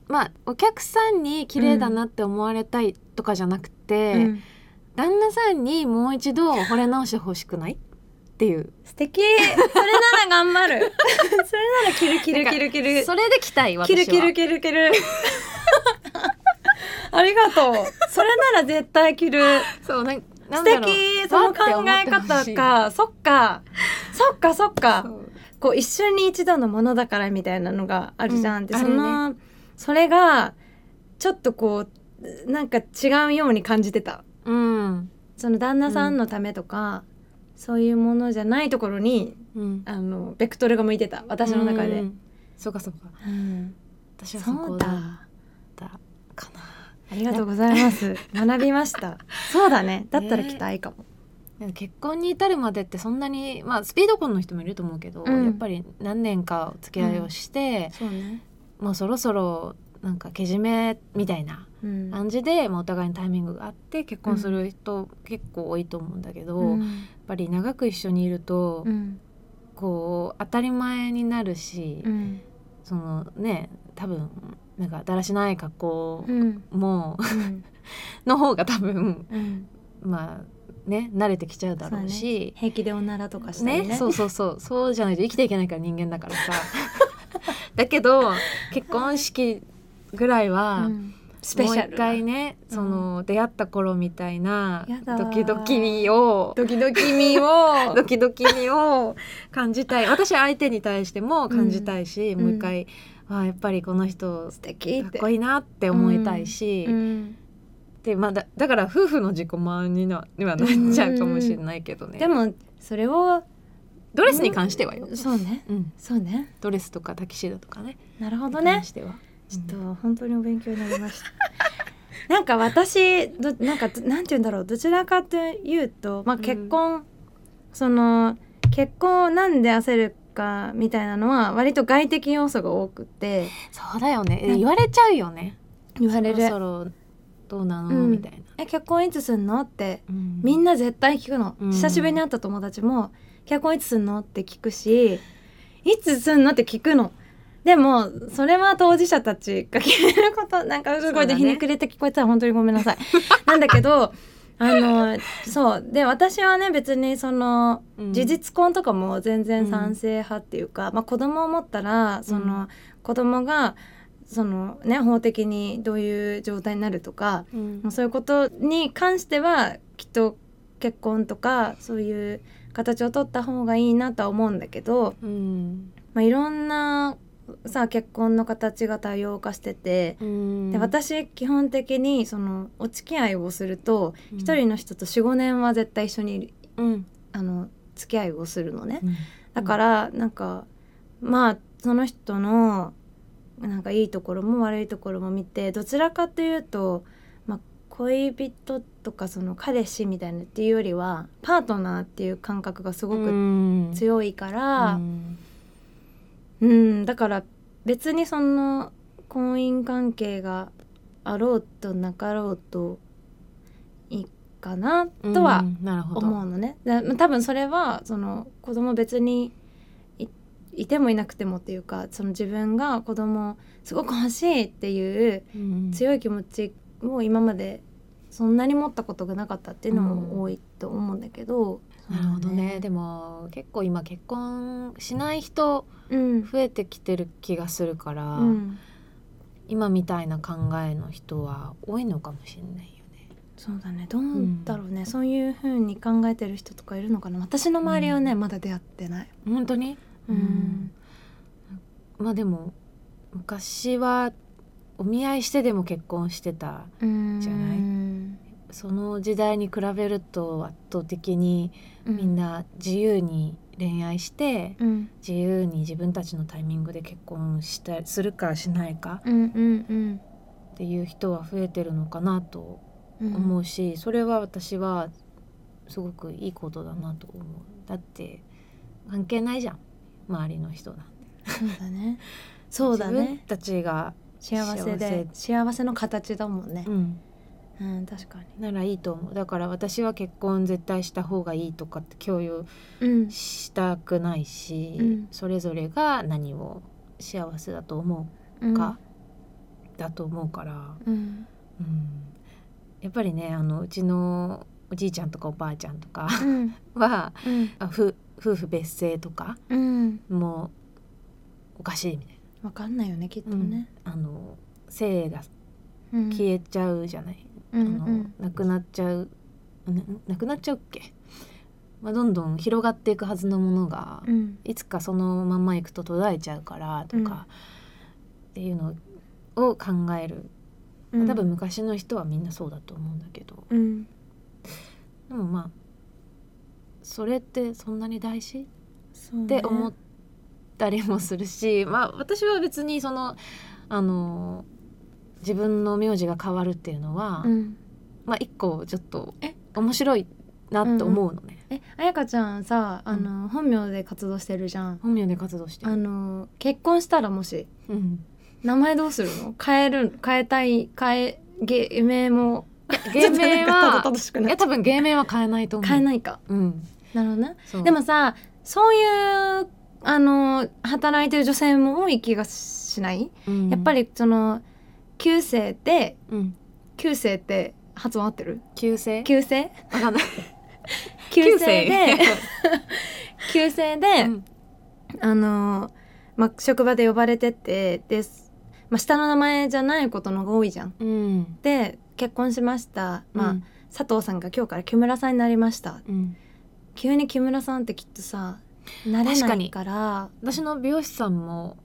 [SPEAKER 2] まあお客さんに綺麗だなって思われたいとかじゃなくて、
[SPEAKER 1] うん
[SPEAKER 2] 旦那さんにもう一度惚れ直してほしくないっていう
[SPEAKER 1] 素敵そ [LAUGHS] れなら頑張
[SPEAKER 2] [LAUGHS]
[SPEAKER 1] るそれなら着る着る着る着る
[SPEAKER 2] それで来たい私
[SPEAKER 1] 着
[SPEAKER 2] は
[SPEAKER 1] る着る着る着るありがとうそれなら絶対着る
[SPEAKER 2] そうなんな
[SPEAKER 1] 素
[SPEAKER 2] んだろう
[SPEAKER 1] 敵その考え方かそっかそっかそっか
[SPEAKER 2] そう
[SPEAKER 1] こう一瞬に一度のものだからみたいなのがあるじゃん、
[SPEAKER 2] うん
[SPEAKER 1] で
[SPEAKER 2] ある
[SPEAKER 1] そ
[SPEAKER 2] ね
[SPEAKER 1] の、それがちょっとこうなんか違うように感じてた
[SPEAKER 2] うん
[SPEAKER 1] その旦那さんのためとか、そういうものじゃないところに
[SPEAKER 2] うん
[SPEAKER 1] あのベクトルが向いてた私の中で、
[SPEAKER 2] うんそうかそうか
[SPEAKER 1] うん
[SPEAKER 2] 私はそ
[SPEAKER 1] そ
[SPEAKER 2] こ
[SPEAKER 1] う
[SPEAKER 2] だっ
[SPEAKER 1] だ
[SPEAKER 2] たかな
[SPEAKER 1] ありがとうございます学びましたそうだねだったら期待かも、
[SPEAKER 2] なんか結婚に至るまでってそんなにまあスピード婚の人もいると思うけど、
[SPEAKER 1] うん
[SPEAKER 2] やっぱり何年かお付き合いをして、
[SPEAKER 1] そうね
[SPEAKER 2] もうそろそろなんかけじめみたいな
[SPEAKER 1] うん
[SPEAKER 2] 感じで、まあ、お互いのタイミングがあって結婚する人結構多いと思うんだけど、
[SPEAKER 1] う
[SPEAKER 2] やっ
[SPEAKER 1] ん
[SPEAKER 2] ぱり長く一緒にいると、
[SPEAKER 1] うん
[SPEAKER 2] こう当たり前になるし、
[SPEAKER 1] うん
[SPEAKER 2] そのね多分なんかだらしない格好
[SPEAKER 1] うん
[SPEAKER 2] も、 [LAUGHS]
[SPEAKER 1] うん
[SPEAKER 2] の方が多分
[SPEAKER 1] うん
[SPEAKER 2] まあね慣れてきちゃうだろうし。
[SPEAKER 1] 平気でおならとかしたりね
[SPEAKER 2] そうそうそうそうじゃないと生きていけないから人間だか
[SPEAKER 1] [LAUGHS]
[SPEAKER 2] らさだけど結婚式ぐらいは、
[SPEAKER 1] うんスペシャル
[SPEAKER 2] もう
[SPEAKER 1] な
[SPEAKER 2] 一回ねその、出会った頃みたいな
[SPEAKER 1] やだー
[SPEAKER 2] ドキドキ味を
[SPEAKER 1] ドキドキ身 [LAUGHS] を
[SPEAKER 2] ドキドキ味を [LAUGHS] 感じたい私は相手に対しても感じたいし、
[SPEAKER 1] うん
[SPEAKER 2] もう一回、あーやっぱりこの人
[SPEAKER 1] 素敵っ
[SPEAKER 2] かってこいいなって思いたいし、
[SPEAKER 1] うん
[SPEAKER 2] でまあ、だだから夫婦の自己満になにはなっちゃうかもしれないけどね、
[SPEAKER 1] でもそれを
[SPEAKER 2] ドレスに関してはよ、
[SPEAKER 1] そうね
[SPEAKER 2] うん、
[SPEAKER 1] そうね
[SPEAKER 2] ドレスとかタキシードとかね
[SPEAKER 1] なるほど
[SPEAKER 2] に
[SPEAKER 1] ね
[SPEAKER 2] 関しては
[SPEAKER 1] ちょっと本当にお勉強になりました。 [LAUGHS] なんか私どなんかなんて言うんだろうどちらかというと、まあ、
[SPEAKER 2] うん
[SPEAKER 1] 結婚、その結婚をなんで焦るかみたいなのは割と外的要素が多くて
[SPEAKER 2] そうだよね
[SPEAKER 1] なんか
[SPEAKER 2] 言われちゃうよね
[SPEAKER 1] 言われ
[SPEAKER 2] そろ
[SPEAKER 1] る
[SPEAKER 2] そろどうなの、
[SPEAKER 1] うん
[SPEAKER 2] みたいな、
[SPEAKER 1] 「え結婚いつすんの?」ってみ
[SPEAKER 2] み
[SPEAKER 1] んな絶対聞くの、
[SPEAKER 2] うん
[SPEAKER 1] 久しぶりに会った友達も「結婚いつすんの?」って聞くし「いつすんの?」って聞くのでもそれは当事者たちが決める
[SPEAKER 2] [LAUGHS]
[SPEAKER 1] ことなんかすご
[SPEAKER 2] そう
[SPEAKER 1] いで
[SPEAKER 2] だね
[SPEAKER 1] ひねくれて聞こえたら本当にごめんなさいなんだけ
[SPEAKER 2] [LAUGHS]
[SPEAKER 1] どあのそうで私はね別にその事実婚とかも全然賛成派っていうか、まあ、子供を持ったらその、
[SPEAKER 2] うん
[SPEAKER 1] 子供がそのね法的にどういう状態になるとか
[SPEAKER 2] うん
[SPEAKER 1] もうそういうことに関してはきっと結婚とかそういう形を取った方がいいなとは思うんだけど、
[SPEAKER 2] うん
[SPEAKER 1] まあ、いろんなさ結婚の形が多様化してて。
[SPEAKER 2] うん
[SPEAKER 1] で私基本的にそのお付き合いをすると
[SPEAKER 2] うん
[SPEAKER 1] 一人の人と45年は絶対一緒にいる
[SPEAKER 2] うん
[SPEAKER 1] あの付き合いをするのね
[SPEAKER 2] うん
[SPEAKER 1] だからなんかまあその人のなんかいいところも悪いところも見てどちらかというと、まあ、恋人とかその彼氏みたいなっていうよりはパートナーっていう感覚がすごく
[SPEAKER 2] く
[SPEAKER 1] 強いから、
[SPEAKER 2] う
[SPEAKER 1] うん
[SPEAKER 2] ん
[SPEAKER 1] だから別にその婚姻関係があろうとなかろうといいかなとは
[SPEAKER 2] うんなるほど
[SPEAKER 1] 思うのねだまあ多分それはその子供別にいいてもいなくてもっていうかその自分が子供すごく欲しいっていう
[SPEAKER 2] うん
[SPEAKER 1] 強い気持ちを今までそんなに持ったことがなかったっていうのも多いと思うんだけど、
[SPEAKER 2] なるほどねでも結構今結婚しない人
[SPEAKER 1] うん、
[SPEAKER 2] 増えてきてる気がするから、
[SPEAKER 1] うん、
[SPEAKER 2] 今みたいな考えの人は多いのかもしれないよね。
[SPEAKER 1] そうだねどうだろうね、そういうふうに考えてる人とかいるのかな私の周りはね、
[SPEAKER 2] うん
[SPEAKER 1] まだ出会ってない。
[SPEAKER 2] 本当に、
[SPEAKER 1] うん
[SPEAKER 2] まあでも昔はお見合いしてでも結婚してたじゃな
[SPEAKER 1] う
[SPEAKER 2] い
[SPEAKER 1] ん
[SPEAKER 2] その時代に比べると圧倒的にみん、な自由に恋愛して、
[SPEAKER 1] うん
[SPEAKER 2] 自由に自分たちのタイミングで結婚したするかしないか
[SPEAKER 1] うんうんうん
[SPEAKER 2] っていう人は増えてるのかなと
[SPEAKER 1] うん、
[SPEAKER 2] 思うし、それは私はすごくいいことだなと思うだって関係ないじゃん周りの人なんて
[SPEAKER 1] そうだね。そうだ
[SPEAKER 2] 自分
[SPEAKER 1] ね。
[SPEAKER 2] たちが、
[SPEAKER 1] 幸せで幸せの形だもんね
[SPEAKER 2] う。ん、
[SPEAKER 1] うん、確か
[SPEAKER 2] ならいいと思うだから私は結婚絶対した方がいいとかって共有
[SPEAKER 1] に。うん
[SPEAKER 2] したくないし、
[SPEAKER 1] うん
[SPEAKER 2] それぞれが何を幸せだと思
[SPEAKER 1] う
[SPEAKER 2] うんか、だと思うから、
[SPEAKER 1] うん。
[SPEAKER 2] うん、やっぱりねあのうちのおじいちゃんとかおばあちゃんとか [LAUGHS]
[SPEAKER 1] うん。
[SPEAKER 2] は
[SPEAKER 1] うん。
[SPEAKER 2] あ夫夫婦別姓とか
[SPEAKER 1] うん。
[SPEAKER 2] もうおかしいみたい
[SPEAKER 1] わかんないよね、きっと
[SPEAKER 2] な、
[SPEAKER 1] ね。
[SPEAKER 2] あの性が
[SPEAKER 1] うん
[SPEAKER 2] 消えちゃうじゃない、
[SPEAKER 1] うん
[SPEAKER 2] あのなくなっちゃうななくなっちゃうっけ、まあ、どんどん広がっていくはずのものが
[SPEAKER 1] うん。うん。
[SPEAKER 2] いつかそのまんま行くと途絶えちゃうからとか、っていうのを考える、
[SPEAKER 1] うん
[SPEAKER 2] 多分。昔の人はみんなそうだと思うんだけど
[SPEAKER 1] うん。
[SPEAKER 2] でもまあそれってそんなに大事
[SPEAKER 1] そうね
[SPEAKER 2] って思ったりもす
[SPEAKER 1] [LAUGHS]
[SPEAKER 2] るし、まあ私は別にそのあの自分の名字が変わるっていうのは、
[SPEAKER 1] うん。
[SPEAKER 2] まあ一個ちょっと
[SPEAKER 1] え
[SPEAKER 2] 面白いなって思うのね、
[SPEAKER 1] え、あやかちゃんさ、あの、本名で活動してるじゃん。
[SPEAKER 2] 本名で活動して
[SPEAKER 1] あ
[SPEAKER 2] る、
[SPEAKER 1] の、結婚したらもし、 [LAUGHS]
[SPEAKER 2] うん、
[SPEAKER 1] 名前どうするの変える、変えたい、変え、芸名 [LAUGHS] も、
[SPEAKER 2] 芸名
[SPEAKER 1] ただ
[SPEAKER 2] は
[SPEAKER 1] ただしく
[SPEAKER 2] い
[SPEAKER 1] な
[SPEAKER 2] や
[SPEAKER 1] い。
[SPEAKER 2] 多分芸名は変えないと思う
[SPEAKER 1] 変え
[SPEAKER 2] い、
[SPEAKER 1] ないか。
[SPEAKER 2] うん、
[SPEAKER 1] なるほどね。
[SPEAKER 2] そう
[SPEAKER 1] でもさそういうあの働いてる女性も多い気がしない、
[SPEAKER 2] うん
[SPEAKER 1] やっぱりその旧姓って
[SPEAKER 2] うん
[SPEAKER 1] 旧姓って発音合ってる
[SPEAKER 2] 旧姓
[SPEAKER 1] 旧姓
[SPEAKER 2] わかんない
[SPEAKER 1] 旧姓で [LAUGHS] 旧姓で、
[SPEAKER 2] うん
[SPEAKER 1] あの、まあ、職場で呼ばれててで、まあ、下の名前じゃないことの方が多いじゃん。
[SPEAKER 2] うん
[SPEAKER 1] で結婚しました、まあ
[SPEAKER 2] うん
[SPEAKER 1] 佐藤さんが今日から木村さんになりました
[SPEAKER 2] うん
[SPEAKER 1] 急に木村さんってきっとさ慣れ
[SPEAKER 2] 確か
[SPEAKER 1] な
[SPEAKER 2] に
[SPEAKER 1] いから
[SPEAKER 2] 私の美容師さんも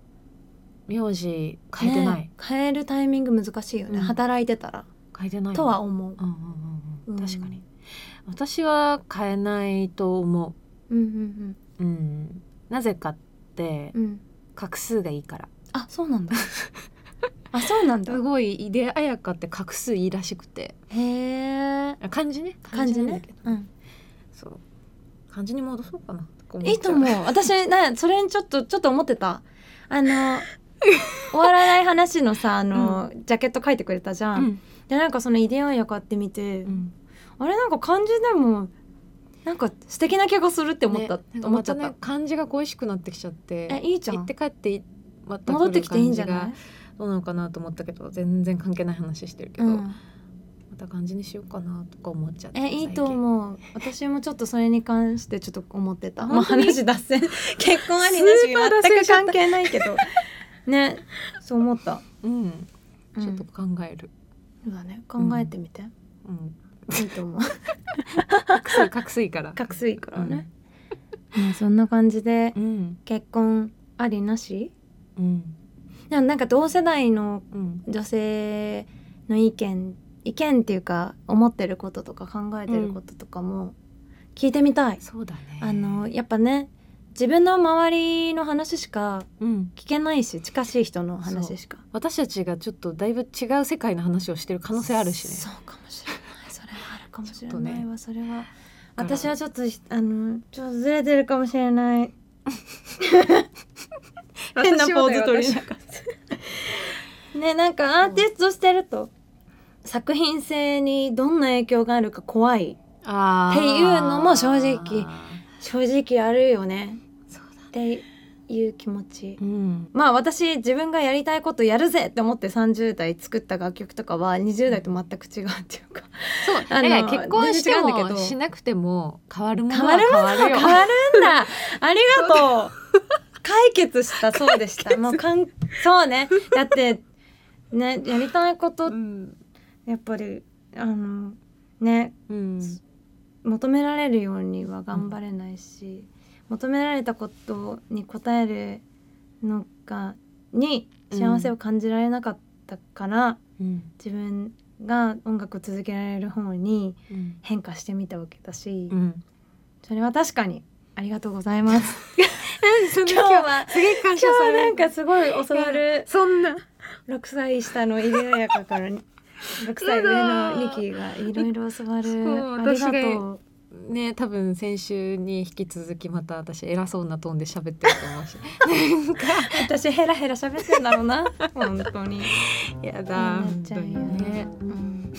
[SPEAKER 2] 名字変えてない、
[SPEAKER 1] ね変えるタイミング難しいよね、
[SPEAKER 2] うん
[SPEAKER 1] 働いてたら
[SPEAKER 2] 変えてない
[SPEAKER 1] とは思う
[SPEAKER 2] う。んうんうんうん
[SPEAKER 1] うん
[SPEAKER 2] 確かに私は変えないと思
[SPEAKER 1] うんうん
[SPEAKER 2] う、うん、なぜかって
[SPEAKER 1] うんうん。
[SPEAKER 2] 画数がいいから
[SPEAKER 1] あそうなん
[SPEAKER 2] [LAUGHS]
[SPEAKER 1] だ。あそうなんだ
[SPEAKER 2] す。ごい井出彩香って画数いいらしくて
[SPEAKER 1] へえ。
[SPEAKER 2] あ漢字ね
[SPEAKER 1] 感じね
[SPEAKER 2] 漢字なんだけど。
[SPEAKER 1] うん。
[SPEAKER 2] そう漢字に戻そうかなか思っちゃ
[SPEAKER 1] いいと思う。私ね、 [LAUGHS] それにちょっと、ちょっと思ってた。あ
[SPEAKER 2] [LAUGHS]
[SPEAKER 1] の、終わらない話のさ、あの、ジャケット書いてくれたじゃ。
[SPEAKER 2] うんん、
[SPEAKER 1] で、なんかそのイデアンやかってみて、
[SPEAKER 2] うん
[SPEAKER 1] あれなんか漢字でも、なんか素敵な気がするって思った、
[SPEAKER 2] ねなんか
[SPEAKER 1] 思っ
[SPEAKER 2] ま
[SPEAKER 1] ちゃ
[SPEAKER 2] た
[SPEAKER 1] っ
[SPEAKER 2] ね
[SPEAKER 1] た。
[SPEAKER 2] 漢字が恋しくなってきちゃって
[SPEAKER 1] え、いいじゃ
[SPEAKER 2] 行っ
[SPEAKER 1] ん
[SPEAKER 2] て。帰ってまた来る
[SPEAKER 1] 戻ってきていいんじゃな
[SPEAKER 2] 感
[SPEAKER 1] い
[SPEAKER 2] じがどうなのかなと思ったけど全然関係ない話してるけ
[SPEAKER 1] う
[SPEAKER 2] ど、
[SPEAKER 1] ん。
[SPEAKER 2] また漢字にしようかなとか思っちゃって
[SPEAKER 1] え、いいと
[SPEAKER 2] う
[SPEAKER 1] 思う。私もちょっとそれに関してちょっと思ってた。
[SPEAKER 2] 本
[SPEAKER 1] まあ
[SPEAKER 2] 当に
[SPEAKER 1] 話脱線。結婚ありなし
[SPEAKER 2] スーパー
[SPEAKER 1] 全
[SPEAKER 2] 脱線
[SPEAKER 1] く
[SPEAKER 2] しちゃった
[SPEAKER 1] 関係ないけど。 [LAUGHS] ね、そう思った。
[SPEAKER 2] うんちょっと
[SPEAKER 1] うん
[SPEAKER 2] 考える、
[SPEAKER 1] そうだね、考えてみて。
[SPEAKER 2] うん、
[SPEAKER 1] いいと思う。
[SPEAKER 2] 隠
[SPEAKER 1] [LAUGHS]
[SPEAKER 2] す隠すいから
[SPEAKER 1] 学生からね、まあそんな感じで
[SPEAKER 2] うん
[SPEAKER 1] 結婚ありなし
[SPEAKER 2] うん
[SPEAKER 1] でもなんか同世代の
[SPEAKER 2] うん
[SPEAKER 1] 女性の意見意見っていうか思ってることとか考えてることとかも聞いてみたい、
[SPEAKER 2] そうだね
[SPEAKER 1] あのやっぱね自分の周りの話しか
[SPEAKER 2] うん
[SPEAKER 1] 聞けないし近しい人の話しか
[SPEAKER 2] 私たちがちょっとだいぶ違う世界の話をしてる可能性あるしね
[SPEAKER 1] そうかもしれないそれはあるかもしれ
[SPEAKER 2] ちょっと
[SPEAKER 1] ないわ、
[SPEAKER 2] ね
[SPEAKER 1] それは
[SPEAKER 2] だから
[SPEAKER 1] 私はちょっとひあのちょっとずれてるかもしれない
[SPEAKER 2] [LAUGHS]
[SPEAKER 1] 変なポーズ取りなが [LAUGHS] らねなんかアーティストしてると作品性にどんな影響があるか怖い
[SPEAKER 2] あー
[SPEAKER 1] っていうのも正直正直あるよね
[SPEAKER 2] そうだ
[SPEAKER 1] っていう気持ち
[SPEAKER 2] うん
[SPEAKER 1] まあ私自分がやりたいことやるぜって思って30代作った楽曲とかは20代と全く違うっていうか
[SPEAKER 2] そうだから結婚して
[SPEAKER 1] 全然違うんだけ
[SPEAKER 2] も
[SPEAKER 1] ど
[SPEAKER 2] しなくても変わるもの
[SPEAKER 1] 変
[SPEAKER 2] は
[SPEAKER 1] わるも
[SPEAKER 2] 変
[SPEAKER 1] の
[SPEAKER 2] わ
[SPEAKER 1] は
[SPEAKER 2] るよ
[SPEAKER 1] 変わるん [LAUGHS] だありがとう解決したそうでしたもうかんそうねだってねやりたいこと
[SPEAKER 2] うん
[SPEAKER 1] やっぱりあのね
[SPEAKER 2] うん
[SPEAKER 1] 求められるようには頑張れないし、求められたことに応えるのがに幸せを感じられなかったから、
[SPEAKER 2] うん
[SPEAKER 1] 自分が音楽を続けられる方に
[SPEAKER 2] うん
[SPEAKER 1] 変化してみたわけだし、
[SPEAKER 2] うん
[SPEAKER 1] それは確かにありがとうございます [LAUGHS]
[SPEAKER 2] 今
[SPEAKER 1] 今日は
[SPEAKER 2] すげえ感
[SPEAKER 1] 今日はなんかすごい教わる
[SPEAKER 2] そんな
[SPEAKER 1] 6歳下の入江彩香 [LAUGHS] から6歳上のニキがいろいろ教わる
[SPEAKER 2] そう
[SPEAKER 1] ありが
[SPEAKER 2] 私が
[SPEAKER 1] とう。
[SPEAKER 2] ね多分先週に引き続きまた私偉そうなトーンで喋ってると思うしなんか
[SPEAKER 1] 私ヘラヘラ喋ってんだろうな [LAUGHS] 本当に、
[SPEAKER 2] [LAUGHS] やだ
[SPEAKER 1] なっ
[SPEAKER 2] 本
[SPEAKER 1] ち
[SPEAKER 2] 当
[SPEAKER 1] ゃうよね
[SPEAKER 2] にね
[SPEAKER 1] うん、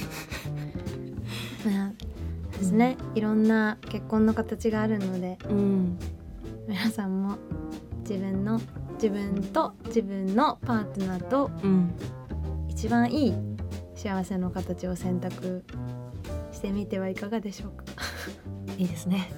[SPEAKER 1] ですねいろんな結婚の形があるので
[SPEAKER 2] うん
[SPEAKER 1] 皆さんも自分の自分と自分のパートナーと
[SPEAKER 2] うん
[SPEAKER 1] 一番いい幸せの形を選択してみてはいかがでしょうか [LAUGHS]
[SPEAKER 2] いいですね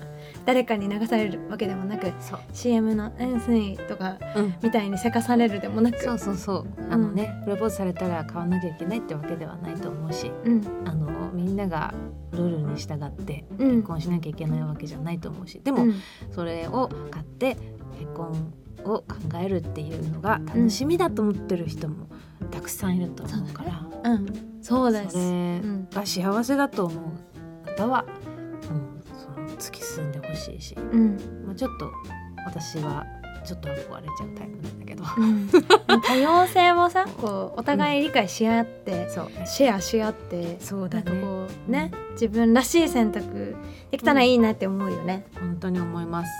[SPEAKER 1] 誰かに流されるわけでもなく
[SPEAKER 2] そう
[SPEAKER 1] CM の「円水」とか
[SPEAKER 2] うん
[SPEAKER 1] みたいにせかされるでもなく
[SPEAKER 2] そうそうそうあのねプロポーズされたら買わなきゃいけないってわけではないと思うし
[SPEAKER 1] うん
[SPEAKER 2] あのみんながルールに従って
[SPEAKER 1] うん
[SPEAKER 2] 結婚しなきゃいけないわけじゃないと思うしでも、
[SPEAKER 1] うん
[SPEAKER 2] それを買って結婚を考えるっていうのが楽しみだと思ってる人もたくさんいると思うから、
[SPEAKER 1] うん、そうです
[SPEAKER 2] それ
[SPEAKER 1] うん
[SPEAKER 2] が幸せだと思う方は、うん、その突き進んでほしいし、
[SPEAKER 1] うん
[SPEAKER 2] まあ、ちょっと私はちょっと憧れちゃうタイプなんだけど、
[SPEAKER 1] うん、多様性をさこうお互い理解し合って、
[SPEAKER 2] [LAUGHS] そう
[SPEAKER 1] シェアし合って
[SPEAKER 2] そう
[SPEAKER 1] な
[SPEAKER 2] だ
[SPEAKER 1] んか
[SPEAKER 2] ね
[SPEAKER 1] こうね自分らしい選択できたらいいなって思うよね。
[SPEAKER 2] 本当に思います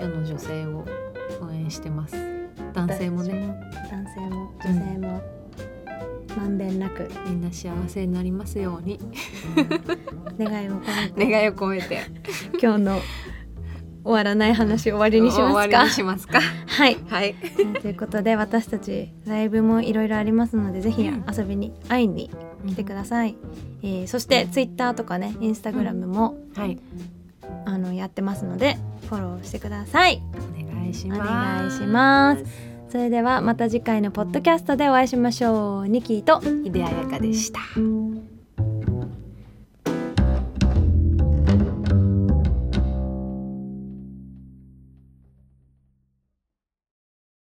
[SPEAKER 2] 世の女性を応援してます男性もね
[SPEAKER 1] 男性も女性もまんべんなく
[SPEAKER 2] みんな幸せになりますよう [LAUGHS] に
[SPEAKER 1] 願いを込めて
[SPEAKER 2] 願いを込めて
[SPEAKER 1] 今日の終わらない話終わりにします
[SPEAKER 2] 終わり
[SPEAKER 1] か
[SPEAKER 2] に。しますか
[SPEAKER 1] はい
[SPEAKER 2] [LAUGHS] はい
[SPEAKER 1] えーということで私たちライブもいろいろありますのでぜひ遊びに会いに来てください。えーそしてツイッターとかねインスタグラムも
[SPEAKER 2] はい、
[SPEAKER 1] あのやってますのでフォローしてください
[SPEAKER 2] お願いし
[SPEAKER 1] お
[SPEAKER 2] ます。
[SPEAKER 1] 願いしますそれではまた次回のポッドキャストでお会いしましょうニキーと
[SPEAKER 2] 秀彩香でした。
[SPEAKER 1] うん